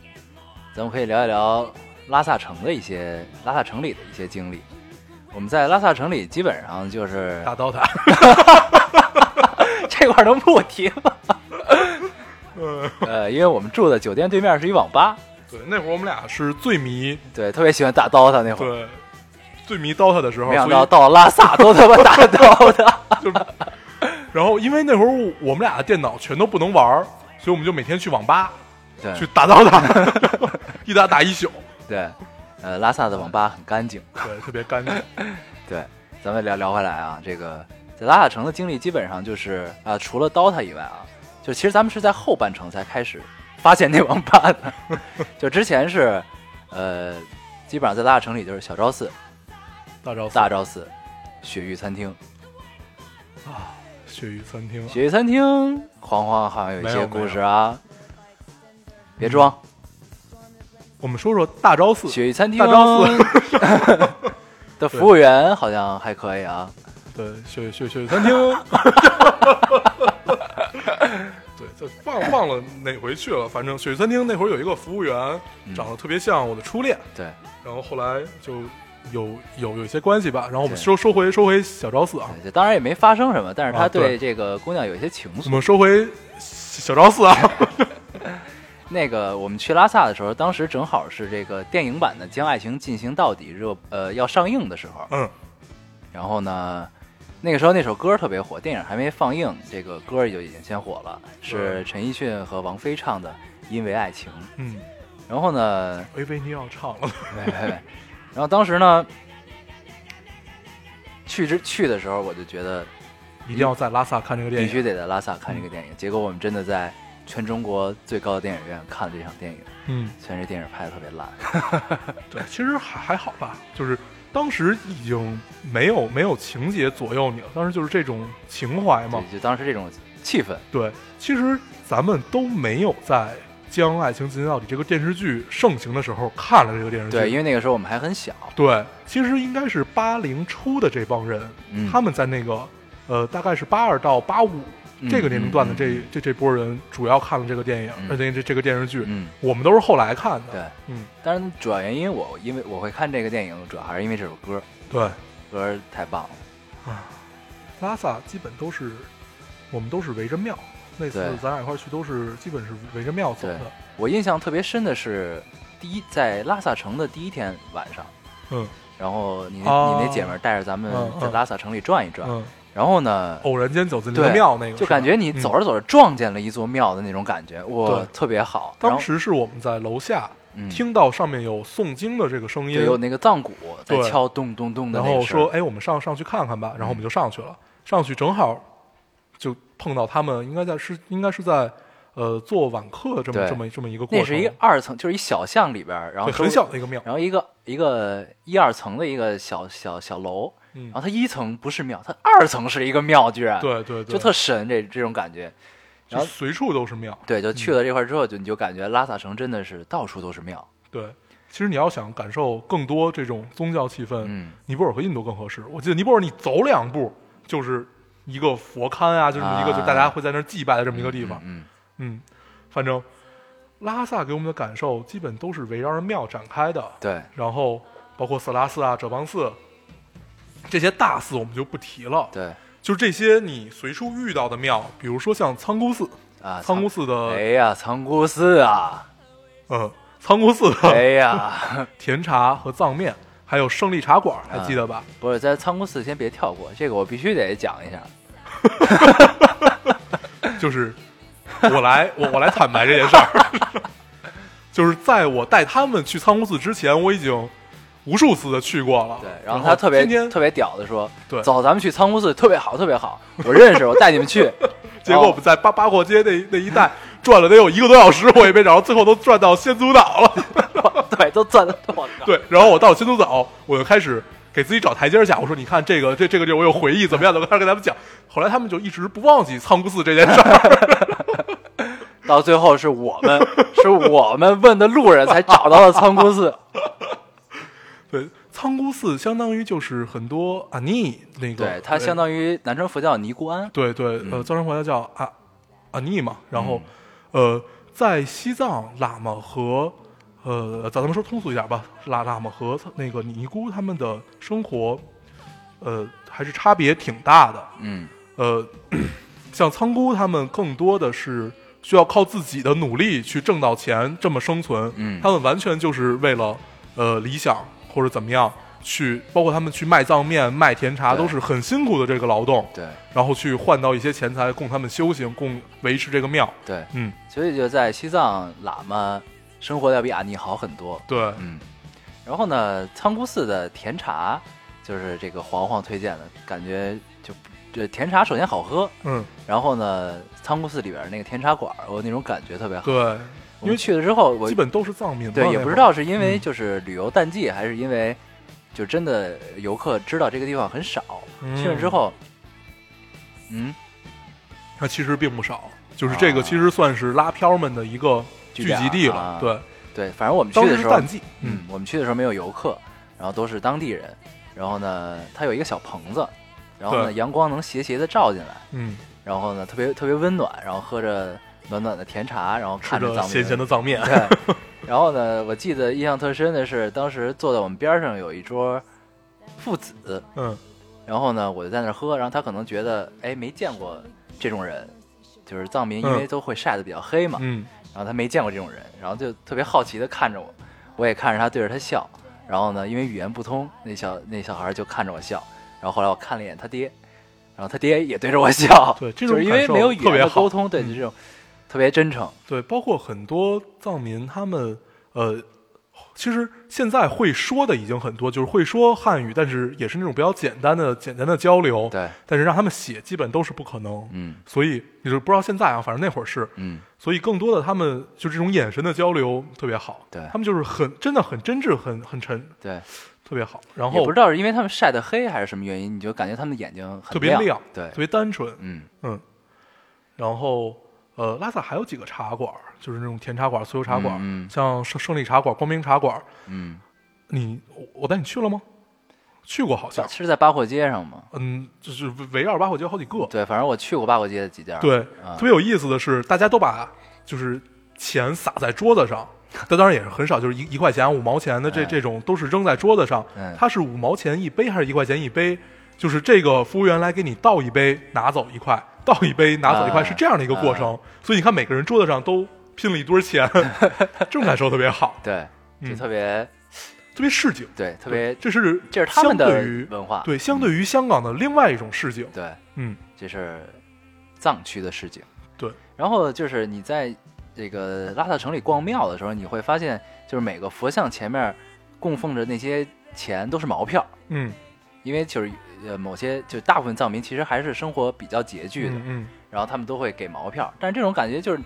S1: 咱们可以聊一聊拉萨城的一些拉萨城里的一些经历。我们在拉萨城里基本上就是
S2: 打刀塔，
S1: 这块儿能不提吗？
S2: 嗯，
S1: 呃，因为我们住的酒店对面是一网吧，
S2: 对，那会儿我们俩是最迷，
S1: 对，特别喜欢打 DOTA 那会儿，
S2: 对，最迷 DOTA 的时候，
S1: 哎没想
S2: 所
S1: 到
S2: 以
S1: 到了拉萨都他妈打 DOTA，
S2: 然后因为那会儿我们俩的电脑全都不能玩儿，所以我们就每天去网吧
S1: 对
S2: 去打 DOTA，一打打一宿。
S1: 对。呃，拉萨的网吧很干净。
S2: 对，特别 干净。
S1: 对，咱们聊聊回来啊，这个在拉萨城的经历基本上就是啊、除了 DOTA 以外啊，就其实咱们是在后半程才开始发现那网吧的， 就之前是呃，基本上在拉萨城里就是小昭寺、
S2: 大昭寺
S1: 大昭寺、雪域餐厅。
S2: 啊，雪域餐厅啊，
S1: 雪域餐厅，黄黄好像有一
S2: 没
S1: 些
S2: 有没有
S1: 故事啊，别装。
S2: 我们说说大昭寺。
S1: 雪域餐厅
S2: 嗯大昭寺
S1: 的服务员好像还可以啊，
S2: 对，雪雪雪域 餐厅。对，这忘忘了哪回去了，反正雪域餐厅那会儿有一个服务员
S1: 嗯
S2: 长得特别像我的初恋，
S1: 对，
S2: 然后后来就有有有一些关系吧。然后我们
S1: 对
S2: 说说回说回小昭寺啊，
S1: 对这当然也没发生什么，但是他
S2: 啊对
S1: 这个姑娘有一些情
S2: 我
S1: 愫。
S2: 们说回小昭寺啊。
S1: 那个我们去拉萨的时候，当时正好是这个电影版的《将爱情进行到底》热呃要上映的时候，
S2: 嗯，
S1: 然后呢，那个时候那首歌特别火，电影还没放映，这个歌就已经先火了，是陈奕迅和王菲唱的《因为爱情》。
S2: 嗯，
S1: 然后呢，
S2: 我以为你要唱了。
S1: 对对对。然后当时呢，去之去的时候，我就觉得
S2: 一定要在拉萨看这个电
S1: 必
S2: 影。
S1: 须得在拉萨看这个电影。结果我们真的在全中国最高的电影院看了这场电影，
S2: 嗯，
S1: 虽然这电影拍的特别烂，
S2: 对，其实还还好吧，就是当时已经没有没有情节左右你了，当时就是这种情怀嘛。
S1: 对，就当时这种气氛，
S2: 对，其实咱们都没有在《将爱情进行到底》这个电视剧盛行的时候看了这个电视剧。
S1: 对，因为那个时候我们还很小，
S2: 对其实应该是八零初的这帮人，
S1: 嗯
S2: 他们在那个呃，大概是八二到八五
S1: 嗯
S2: 这个年龄段的这、
S1: 嗯
S2: 这这波人，主要看了这个电影，
S1: 嗯
S2: 呃，这这这个电视剧。
S1: 嗯，
S2: 我们都是后来看的，
S1: 对。
S2: 嗯，
S1: 当然，主要原因我因为我会看这个电影，主要还是因为这首歌，
S2: 对，
S1: 歌太棒了。
S2: 拉萨基本都是，我们都是围着庙，那次
S1: 对
S2: 咱俩一块儿去都是基本是围着庙走
S1: 对
S2: 的，
S1: 我印象特别深的是，第一在拉萨城的第一天晚上，
S2: 嗯
S1: 然后你、
S2: 哦
S1: 你那姐们儿带着咱们
S2: 嗯嗯
S1: 在拉萨城里转一转，
S2: 嗯，
S1: 然后呢，
S2: 偶然间走进了一
S1: 对
S2: 个庙，那个
S1: 就感觉你
S2: 是吧嗯
S1: 走着走着撞见了一座庙的那种感觉，哇
S2: 对，
S1: 特别好。然
S2: 当
S1: 后
S2: 时是我们在楼下
S1: 嗯
S2: 听到上面有诵经的这个声音
S1: 对，有那个藏鼓在
S2: 对
S1: 敲咚咚咚的
S2: 然
S1: 那
S2: 后
S1: 个声
S2: 说：“
S1: 儿，
S2: 哎，我们上上去看看吧。”然后我们就上去了，上去正好就碰到他们，应该在是应该是在呃做晚课这
S1: 对
S2: 么这么这么一个过
S1: 那
S2: 程，
S1: 是一个二层，就是一小巷里边儿，然后嗯
S2: 对
S1: 周
S2: 很小的一个庙，
S1: 然后一个一个一二层的一个小小小楼，
S2: 嗯
S1: 然后它一层不是庙，它二层是一个庙，居然
S2: 对对对，
S1: 就特神这这种感觉。然
S2: 就
S1: 后
S2: 随处都是庙，
S1: 对，就
S2: 嗯
S1: 去了这块儿之后，就你就感觉拉萨城真的是到处都是庙。
S2: 对。其实你要想感受更多这种宗教气氛，
S1: 嗯
S2: 尼泊尔和印度更合适。我记得尼泊尔你走两步就是一个佛龛啊，就这么一个，
S1: 啊
S2: 就大家会在那儿祭拜的这么一个地方。
S1: 嗯，
S2: 嗯，反正拉萨给我们的感受基本都是围绕着庙展开的，
S1: 对，
S2: 然后包括色拉寺啊、哲蚌寺这些大寺我们就不提了，
S1: 对
S2: 就这些你随处遇到的庙，比如说像仓姑寺，
S1: 啊，
S2: 仓姑寺的，
S1: 哎呀，藏姑寺 啊，
S2: 嗯，仓姑寺的
S1: 哎呀，
S2: 甜茶和藏面，还有胜利茶馆，
S1: 啊
S2: 还记得吧？
S1: 不是在仓姑寺先别跳过，这个我必须得讲一下。
S2: 就是我来，我我来坦白这件事儿， 就是在我带他们去仓库寺之前，我已经无数次的去过了。
S1: 对，
S2: 然
S1: 后他特别
S2: 哦天
S1: 特
S2: 天，
S1: 别屌的说，
S2: 对
S1: 走，咱们去仓姑寺，特别好，特别好，我认识，我带你们去。
S2: 结果我们在八八廓街那那一带转了得有一个多小时，我也没找着，最后都转到仙足 岛了。
S1: 哦对，都钻到我靠，
S2: 对，然后我到仙足岛，我就开始给自己找台阶下。我说：“你看这个，这这个地儿我有回忆，怎么样？”我开始跟他们讲。后来他们就一直不忘记仓库寺这件 事儿。
S1: 到最后是我们是我们问的路人才找到了仓姑 寺，
S2: 对，仓库寺相当于就是很多阿尼那个，
S1: 对，它相当于南传佛教的尼姑庵，
S2: 对对，
S1: 嗯
S2: 呃，藏传佛教叫阿阿尼嘛，然后，
S1: 嗯
S2: 呃，在西藏喇嘛和呃，咱们说通俗一点吧，喇喇嘛和那个尼姑他们的生活，呃，还是差别挺大的。
S1: 嗯，
S2: 呃， 像仓姑他们更多的是需要靠自己的努力去挣到钱，这么生存。
S1: 嗯
S2: 他们完全就是为了呃理想或者怎么样去，包括他们去卖藏面、卖甜茶，
S1: 对
S2: 都是很辛苦的这个劳动。
S1: 对
S2: 然后去换到一些钱财供他们修行，供维持这个庙。
S1: 对，
S2: 嗯，
S1: 所以就在西藏喇嘛生活要比阿尼好很多，
S2: 对，
S1: 嗯，然后呢，仓姑寺的甜茶就是这个黄黄推荐的，感觉就这甜茶首先好喝，
S2: 嗯，
S1: 然后呢，仓姑寺里边那个甜茶馆，我那种感觉特别好。
S2: 对，
S1: 我
S2: 因
S1: 们
S2: 为
S1: 去了之后，我
S2: 基本都是藏民嘛，
S1: 对
S2: 那
S1: 也
S2: 会
S1: 不知
S2: 儿
S1: 道是因为
S2: 嗯
S1: 就是旅游淡季，还是因为就真的游客知道这个地方很少。去了之，后，嗯，
S2: 嗯它其实并不少，就是这个
S1: 啊
S2: 其实算是拉漂们的一个
S1: 聚
S2: 聚
S1: 点
S2: 集地
S1: 啊
S2: 了，对，
S1: 对，反正我们去
S2: 当
S1: 的
S2: 时
S1: 时
S2: 是
S1: 候
S2: 淡，季，
S1: 嗯，，我们去的时候没有游客，然后都是当地人。然后呢，它有一个小棚子，然后呢，
S2: 对
S1: 阳光能斜斜的照进来，
S2: 嗯，
S1: 然后呢，特别特别温暖，然后喝着暖暖的甜茶，然后
S2: 吃
S1: 看着
S2: 着
S1: 藏民
S2: 咸咸的藏 面，
S1: 对，然后呢，我记得印象特深的是，当时坐在我们边上有一桌父子，
S2: 嗯，
S1: 然后呢，我就在那儿喝，然后他可能觉得，哎，没见过这种人，就是藏民，因为
S2: 嗯
S1: 都会晒得比较黑嘛，
S2: 嗯，
S1: 然后他没见过这种人，然后就特别好奇的看着我，我也看着他，对着他笑，然后呢，因为语言不通，那小那小孩就看着我笑，然后后来我看了一眼他爹，然后他爹也对着我笑，
S2: 对这
S1: 就
S2: 种
S1: 是因
S2: 感
S1: 为
S2: 受
S1: 没有语
S2: 特
S1: 言
S2: 别
S1: 的沟
S2: 好
S1: 通，对，
S2: 嗯
S1: 就这种特别真诚，
S2: 对，包括很多藏民他们呃。其实现在会说的已经很多，就是会说汉语，但是也是那种比较简单的、简单的交流。
S1: 对，
S2: 但是让他们写，基本都是不可能。
S1: 嗯
S2: 所以也就是不知道现在啊，反正那会儿是，
S1: 嗯。
S2: 所以更多的他们就这种眼神的交流特别好，
S1: 对
S2: 他们就是很真的很真挚，很很沉，
S1: 对，
S2: 特别好。然
S1: 也
S2: 后
S1: 不知道是因为他们晒的黑还是什么原因，你就感觉他们的眼睛很
S2: 特别
S1: 亮
S2: 亮，，
S1: 对
S2: 特，别单纯，
S1: 嗯，
S2: 嗯。然后呃，拉萨还有几个茶馆，就是那种甜茶馆、酥油茶馆，
S1: 嗯嗯
S2: 像胜胜利茶馆、光明茶馆。
S1: 嗯，
S2: 你我我带你去了吗？去过好像，
S1: 是在八廓街上吗？
S2: 嗯，就是围绕八廓街有好几个，
S1: 对，反正我去过八廓街的几家。
S2: 对，
S1: 啊
S2: 特别有意思的是，大家都把就是钱撒在桌子上，但当然也是很少，就是一一块钱、五毛钱的这、
S1: 嗯
S2: 这种都是扔在桌子上。
S1: 嗯
S2: 它是五毛钱一杯还是一块钱一杯？就是这个服务员来给你倒一杯，拿走一块，倒一杯拿走一块，
S1: 啊
S2: 是这样的一个过程。所以你看，每个人桌子上都拼了一堆 钱，这种感受特别好，
S1: 对，就
S2: 嗯
S1: 特别
S2: 特别市井，
S1: 对，特别
S2: 这是
S1: 这是他们
S2: 相
S1: 的
S2: 对于
S1: 文化。
S2: 对相对于香港的另外一种市井，
S1: 对，
S2: 嗯，
S1: 这是藏区的市井。
S2: 对，
S1: 然后就是你在这个拉萨城里逛庙的时候，你会发现，就是每个佛像前面供奉着那些钱都是毛票，
S2: 嗯，
S1: 因为就是呃某些就大部分藏民其实还是生活比较拮据的，
S2: 嗯嗯，
S1: 然后他们都会给毛票，但是这种感觉就是，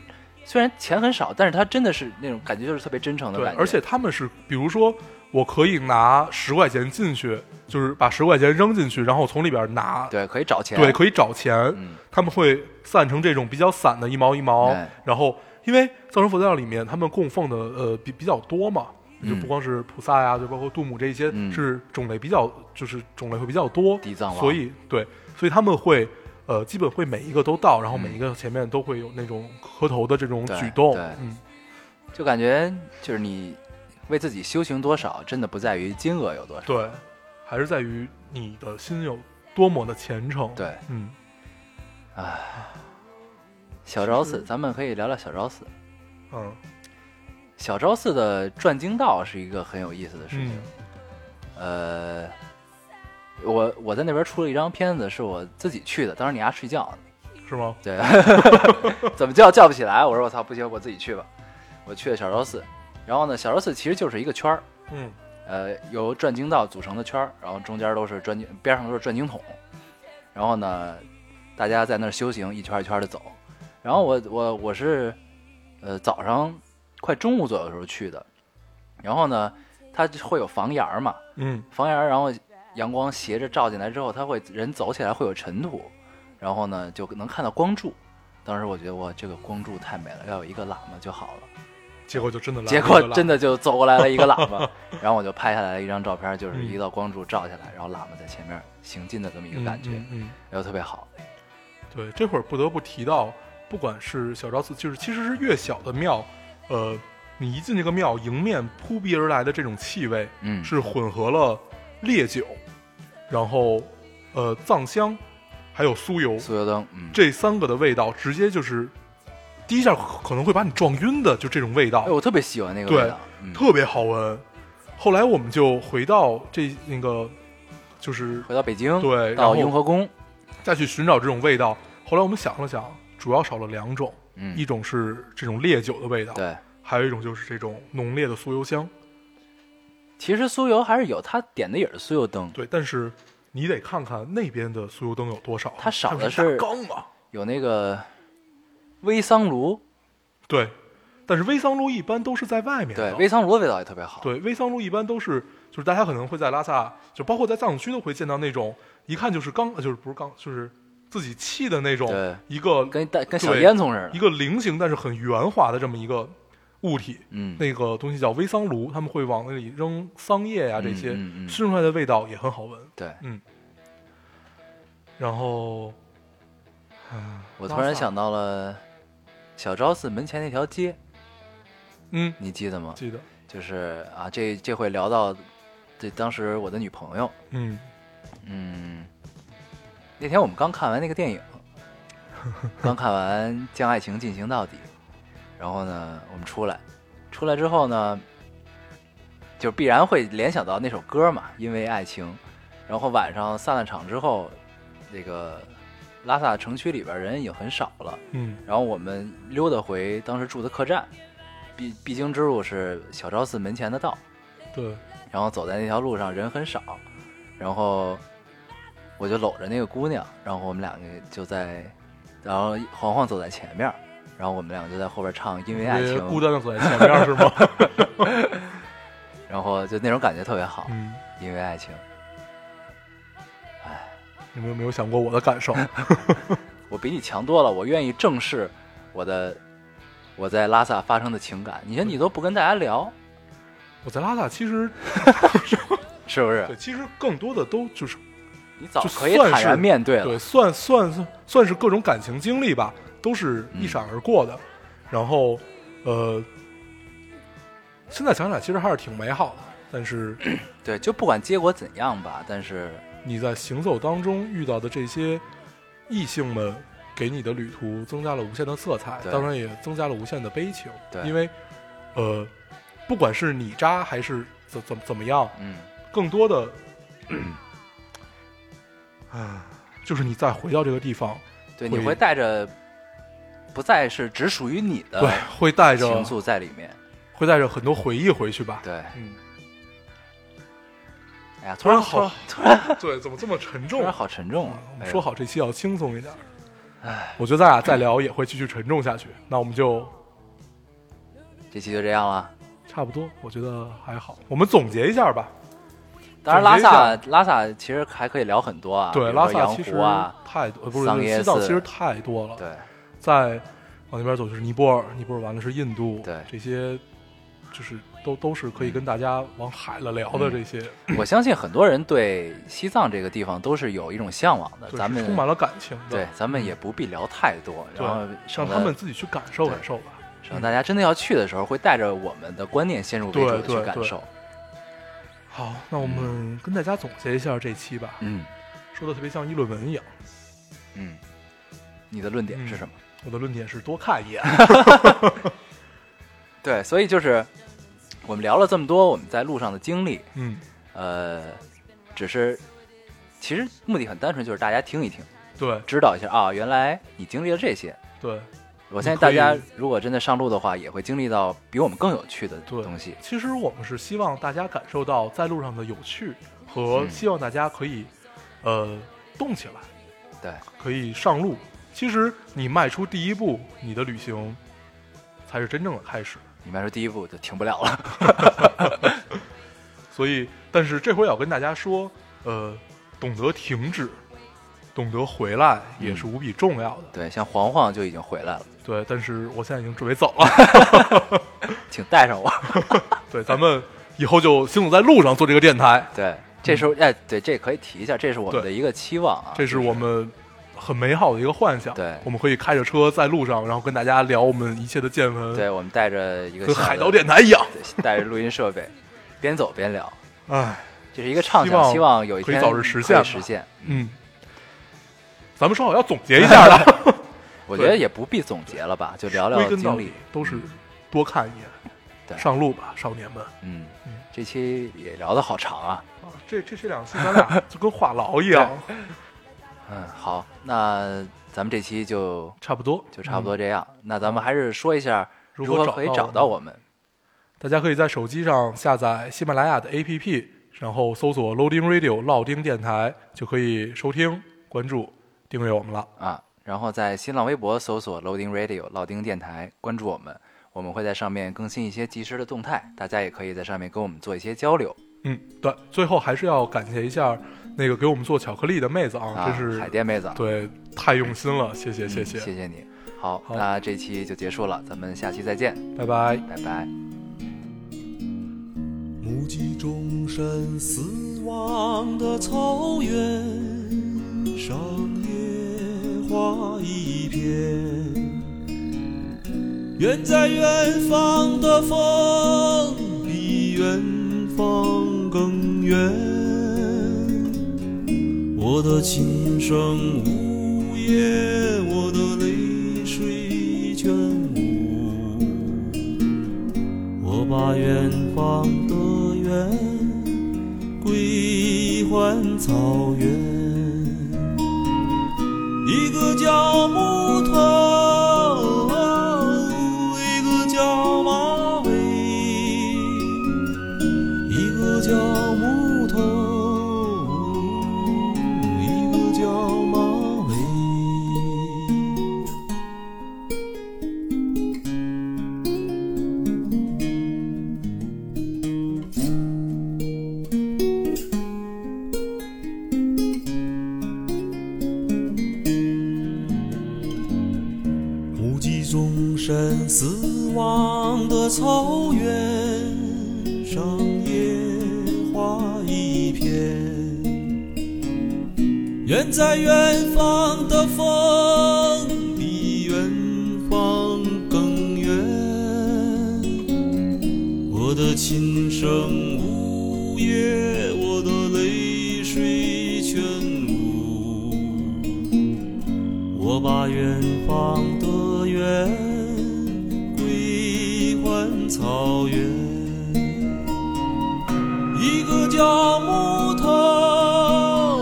S1: 虽然钱很少，但是他真的是那种感觉，就是特别真诚的
S2: 对，
S1: 感觉。
S2: 而且他们是，比如说，我可以拿十块钱进去，就是把十块钱扔进去，然后从里边拿，
S1: 对，可以找钱。
S2: 对，可以找钱。
S1: 嗯，
S2: 他们会散成这种比较散的一毛一毛，
S1: 哎
S2: 然后因为藏传佛教里面他们供奉的呃比比较多嘛，
S1: 嗯
S2: 就不光是菩萨呀，就包括杜母这一些、
S1: 嗯
S2: 是种类比较，就是种类会比较多，
S1: 地藏王
S2: 所以对，所以他们会。呃，基本会每一个都到，然后每一个前面都会有那种磕头的这种
S1: 嗯对
S2: 举动
S1: 对，
S2: 嗯，
S1: 就感觉就是你为自己修行多少，真的不在于金额有多少。
S2: 对，还是在于你的心有多么的虔诚。，
S1: 对，
S2: 嗯，
S1: 小昭寺，咱们可以聊聊小昭寺。
S2: 嗯
S1: 小昭寺的转经道是一个很有意思的事情
S2: 嗯。
S1: 呃，我我在那边出了一张片子，是我自己去的，当时你丫睡觉呢。
S2: 是吗？
S1: 对， 怎么叫叫不起来？我说我操，不行，我自己去吧。我去了小昭寺，然后呢，小昭寺其实就是一个圈儿，
S2: 嗯
S1: 呃，由转经道组成的圈儿，然后中间都是转经，边上都是转经筒，然后呢，大家在那儿修行，一圈一圈的走。然后我我我是，呃，早上快中午左右的时候去的，然后呢，它会有房檐儿嘛，
S2: 嗯
S1: 房檐儿，然后阳光斜着照进来之后，它会人走起来会有尘土，然后呢就能看到光柱。当时我觉得哇，这个光柱太美了，要有一个喇嘛就好了。
S2: 结果就真的来了，
S1: 结果
S2: 就来了
S1: 真的就走过来了一个喇 嘛，然后我就拍下来一张照片，就是一道光柱照下来，然后喇嘛在前面行进的这么一个
S2: 嗯
S1: 感觉，
S2: 嗯嗯
S1: 然后特别好。
S2: 对，这会儿不得不提到，不管是小昭寺，就是其实是越小的庙，呃，你一进这个庙，迎面扑鼻而来的这种气味，
S1: 嗯，
S2: 是混合了烈酒，然后呃藏香，还有酥油，
S1: 酥油灯，嗯，
S2: 这三个的味道，直接就是第一下可能会把你撞晕的，就这种味道
S1: 哎，。我特别喜欢那个
S2: 对
S1: 味道，嗯，
S2: 特别好闻。后来我们就回到这那个，就是
S1: 回到北京，
S2: 对然
S1: 到
S2: 后
S1: 雍和宫，
S2: 再去寻找这种味道。后来我们想了想，主要少了两种，
S1: 嗯，
S2: 一种是这种烈酒的味道，
S1: 对，
S2: 还有一种就是这种浓烈的酥油香。
S1: 其实酥油还是有，他点的也是酥油灯，
S2: 对，但是你得看看那边的酥油灯有多少，
S1: 它少的
S2: 是
S1: 是
S2: 大缸啊。
S1: 有那个微桑炉，
S2: 对，但是微桑炉一般都是在外面
S1: 对
S2: 的，，
S1: 微桑炉的味道也特别好。
S2: 对，微桑路一般都是，就是大家可能会在拉萨，就包括在藏族区都会见到那种一看就是刚，就是不是刚，就是自己砌的那种
S1: 对，
S2: 一个
S1: 跟大跟小
S2: 对
S1: 烟囱似的。
S2: 一个菱形但是很圆滑的这么一个物体。
S1: 嗯，
S2: 那个东西叫微桑炉，他们会往那里扔桑叶呀、这
S1: 嗯
S2: 些，
S1: 嗯嗯
S2: 熏出来的味道也很好闻。
S1: 对，
S2: 嗯，然后
S1: 我
S2: 拉
S1: 突然
S2: 萨
S1: 想到了小昭寺门前那条街，
S2: 嗯，
S1: 你记得吗？
S2: 记得，
S1: 就是啊，这这会聊到这当时我的女朋友，
S2: 嗯，
S1: 嗯，那天我们刚看完那个电影，刚看完《将爱情进行到底》，然后呢，我们出来，出来之后呢，就必然会联想到那首歌嘛，因为爱情。然后晚上散了场之后，那个拉萨城区里边人已经很少了，
S2: 嗯，
S1: 然后我们溜达回当时住的客栈，必必经之路是小昭寺门前的道。
S2: 对，
S1: 然后走在那条路上人很少，然后我就搂着那个姑娘，然后我们两个就在，然后黄黄走在前面，然后我们两个就在后边唱《因为爱情
S2: 别呃孤》，单的走在前面是吗？
S1: 然后就那种感觉特别好，
S2: 嗯，
S1: 因为爱情。
S2: 你们有没有想过我的感受？
S1: 我比你强多了，我愿意正视我的我在拉萨发生的情感。你说你都不跟大家聊，
S2: 我在拉萨其实
S1: 是不是
S2: 对，？其实更多的都就是
S1: 你早
S2: 就
S1: 可以
S2: 算
S1: 坦然
S2: 是
S1: 面对了
S2: 对，。算算算算是各种感情经历吧，都是一闪而过
S1: 嗯
S2: 的。然后，呃，现在想想其实还是挺美好的。但是
S1: 对，就不管结果怎样吧，但是
S2: 你在行走当中遇到的这些异性们，给你的旅途增加了无限的色彩，
S1: 对
S2: 当然也增加了无限的悲情。
S1: 对
S2: 因为，呃，不管是你渣还是怎怎怎么样，
S1: 嗯，
S2: 更多的， 啊，就是你再回到这个地方，
S1: 对，你
S2: 会
S1: 会带着不再是只属于你的
S2: 对，会带着
S1: 呃情愫在里面。
S2: 会带着很多回忆回去吧。
S1: 对，
S2: 嗯，
S1: 哎呀，突
S2: 啊突
S1: 然
S2: 然
S1: 好
S2: 好，
S1: 突然
S2: 对，怎么这么沉
S1: 突
S2: 重
S1: 然
S2: 啊？
S1: 好沉重啊！
S2: 我
S1: 哎
S2: 们
S1: 呦
S2: 说，好这期要轻松一点，
S1: 哎，
S2: 我觉得咱俩再聊也会继续沉重 下去。那我们就
S1: 这期就这样了。
S2: 差不多，我觉得还好。我们总结一下吧。
S1: 当然，拉萨
S2: 总
S1: 拉萨其实还可以聊很多啊，比
S2: 对，
S1: 如说
S2: 拉萨
S1: 羊
S2: 其实
S1: 湖啊，
S2: 太多，呃不
S1: 桑
S2: 是
S1: 耶
S2: 西藏
S1: 寺
S2: 其实太多了。
S1: 对
S2: 再往那边走就是尼泊尔，尼泊尔完了是印度，
S1: 对
S2: 这些就是都都是可以跟大家往海了聊
S1: 嗯
S2: 的这些，
S1: 我相信很多人对西藏这个地方都是有一种向往的。
S2: 对
S1: 咱
S2: 是
S1: 们
S2: 充满了感情的。
S1: 对，咱们也不必聊太多，
S2: 对
S1: 然后省
S2: 让
S1: 得
S2: 他们自己去感受
S1: 对
S2: 感受吧。
S1: 省得大家真的要去的时候，会带着我们的观念先入为主
S2: 对
S1: 的去
S2: 对
S1: 感
S2: 对
S1: 受。
S2: 好，那我们跟大家总结一下这期吧，
S1: 嗯
S2: 说的特别像议论文一样。
S1: 嗯，你的论
S2: 嗯
S1: 点是什么？
S2: 我的论点是多看一眼。
S1: 对，所以就是我们聊了这么多我们在路上的经历，
S2: 嗯，
S1: 呃，只是其实目的很单纯，就是大家听一听，
S2: 对
S1: 知道一下啊，原来你经历了这些。
S2: 对，
S1: 我相信大
S2: 你
S1: 家
S2: 可
S1: 如果真的上路的话，也会经历到比我们更有趣的
S2: 对
S1: 东西。
S2: 其实我们是希望大家感受到在路上的有趣，和
S1: 嗯
S2: 希望大家可以，呃，动起来，
S1: 对，
S2: 可以上路。其实你迈出第一步，你的旅行才是真正的开始。
S1: 你迈出第一步就停不了了。
S2: 所以，但是这回要跟大家说，呃，懂得停止，懂得回来也
S1: 嗯
S2: 是无比重要的。
S1: 对，像黄黄就已经回来了，
S2: 对，但是我现在已经准备走了。
S1: 请带上我。
S2: 对，咱们以后就行走在路上做这个电台，
S1: 对，这时候哎，对，这可以提一下，这是我们
S2: 嗯对
S1: 的一个期望啊。
S2: 这是我们很美好的一个幻想。
S1: 对
S2: 我们可以开着车在路上，然后跟大家聊我们一切的见闻，
S1: 对，我们带着一个
S2: 跟
S1: 小的
S2: 海盗电台一样。
S1: 对带着录音设备，边走边聊，
S2: 哎，
S1: 这是一个畅
S2: 希
S1: 想，
S2: 望
S1: 希望有一
S2: 可以
S1: 天
S2: 早日实现
S1: 可
S2: 吧
S1: 以实现。
S2: 嗯，咱们说好要总结一下了，
S1: 我觉得也不必总结了吧，就聊聊
S2: 归根到
S1: 经
S2: 底
S1: 历。
S2: 都是多看一眼，
S1: 对，
S2: 上路吧，少年们。
S1: 嗯
S2: 嗯，
S1: 这期也聊得好长啊。
S2: 啊，这这这两期咱俩 就跟话痨一样，
S1: 嗯，好，那咱们这期就
S2: 差不多，
S1: 就差不多这样。那咱们还是说一下
S2: 嗯如
S1: 如
S2: 何
S1: 何
S2: 找
S1: 可以
S2: 到
S1: 找
S2: 我
S1: 到
S2: 们
S1: 我们。
S2: 大家可以在手机上下载喜马拉雅的 APP，然后搜索 Loading Radio 老丁电台，就可以收听、关注、订阅我们了。
S1: 啊，然后在新浪微博搜索 Loading Radio 老丁电台，关注我们，我们会在上面更新一些及时的动态，大家也可以在上面跟我们做一些交流
S2: 嗯，对，最后还是要感谢一下那个给我们做巧克力的妹子啊，
S1: 啊
S2: 真。是
S1: 海淀妹子，
S2: 对，太用心了，谢谢
S1: 嗯，
S2: 谢
S1: 谢，
S2: 谢，
S1: 谢你。好，
S2: 好
S1: 那这期就结束了，咱们下期再见，
S2: 拜拜。
S1: 拜拜。
S3: 目击众生死亡的草原上，野花一片。远在远方的风，比远方更远。我的琴声呜咽，我的泪水全无。我把远方的远归还草原。一个叫木头，一个叫马尾，一个叫木头，一个叫马尾。目击众生死亡的草原上，野花一片。远在远方的风，比远方更远。我的琴声呜咽，我的泪水全无。我把远方的远归还草原。一个叫木头，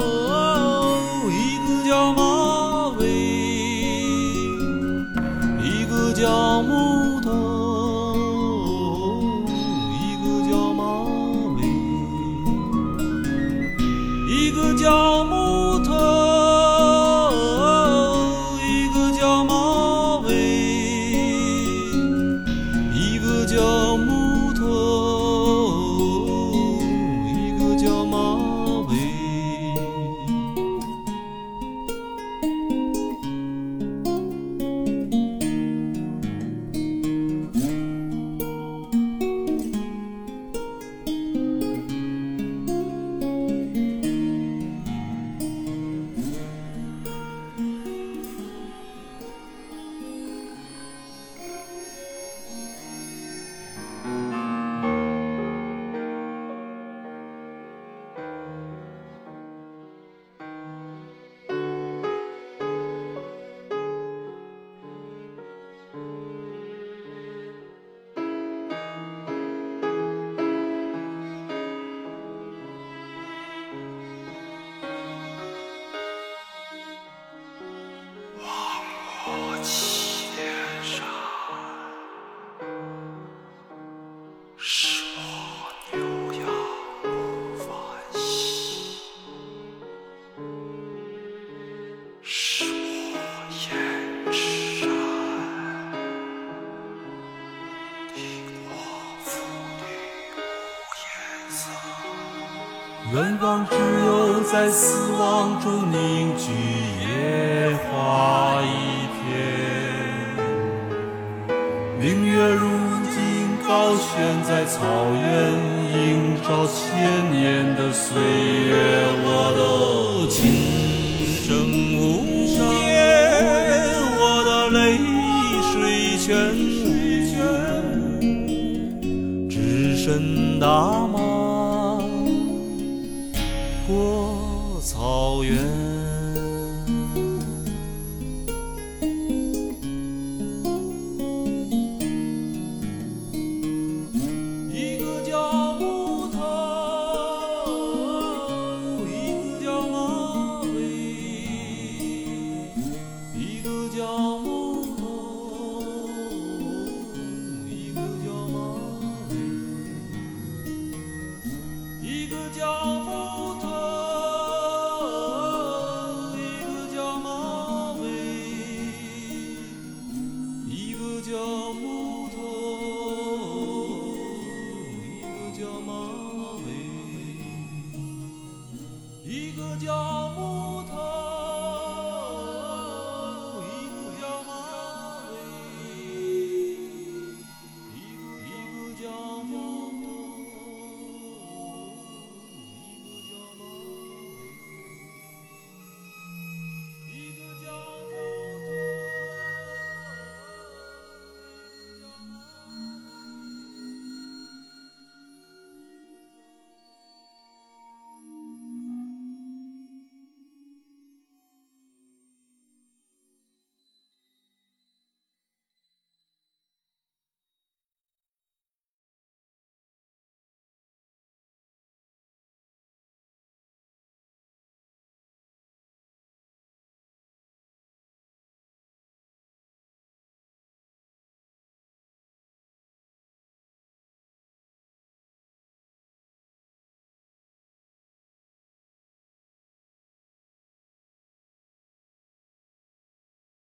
S3: 一个叫马尾，一个叫木头，一个叫马尾。一个叫木头，一个叫马尾，一个叫木头，一个叫马尾。愿望只有在死亡中凝聚，野花一片。明月如今高悬在草原，映照千年的岁月。我的琴声无言，我的泪水全无，只剩大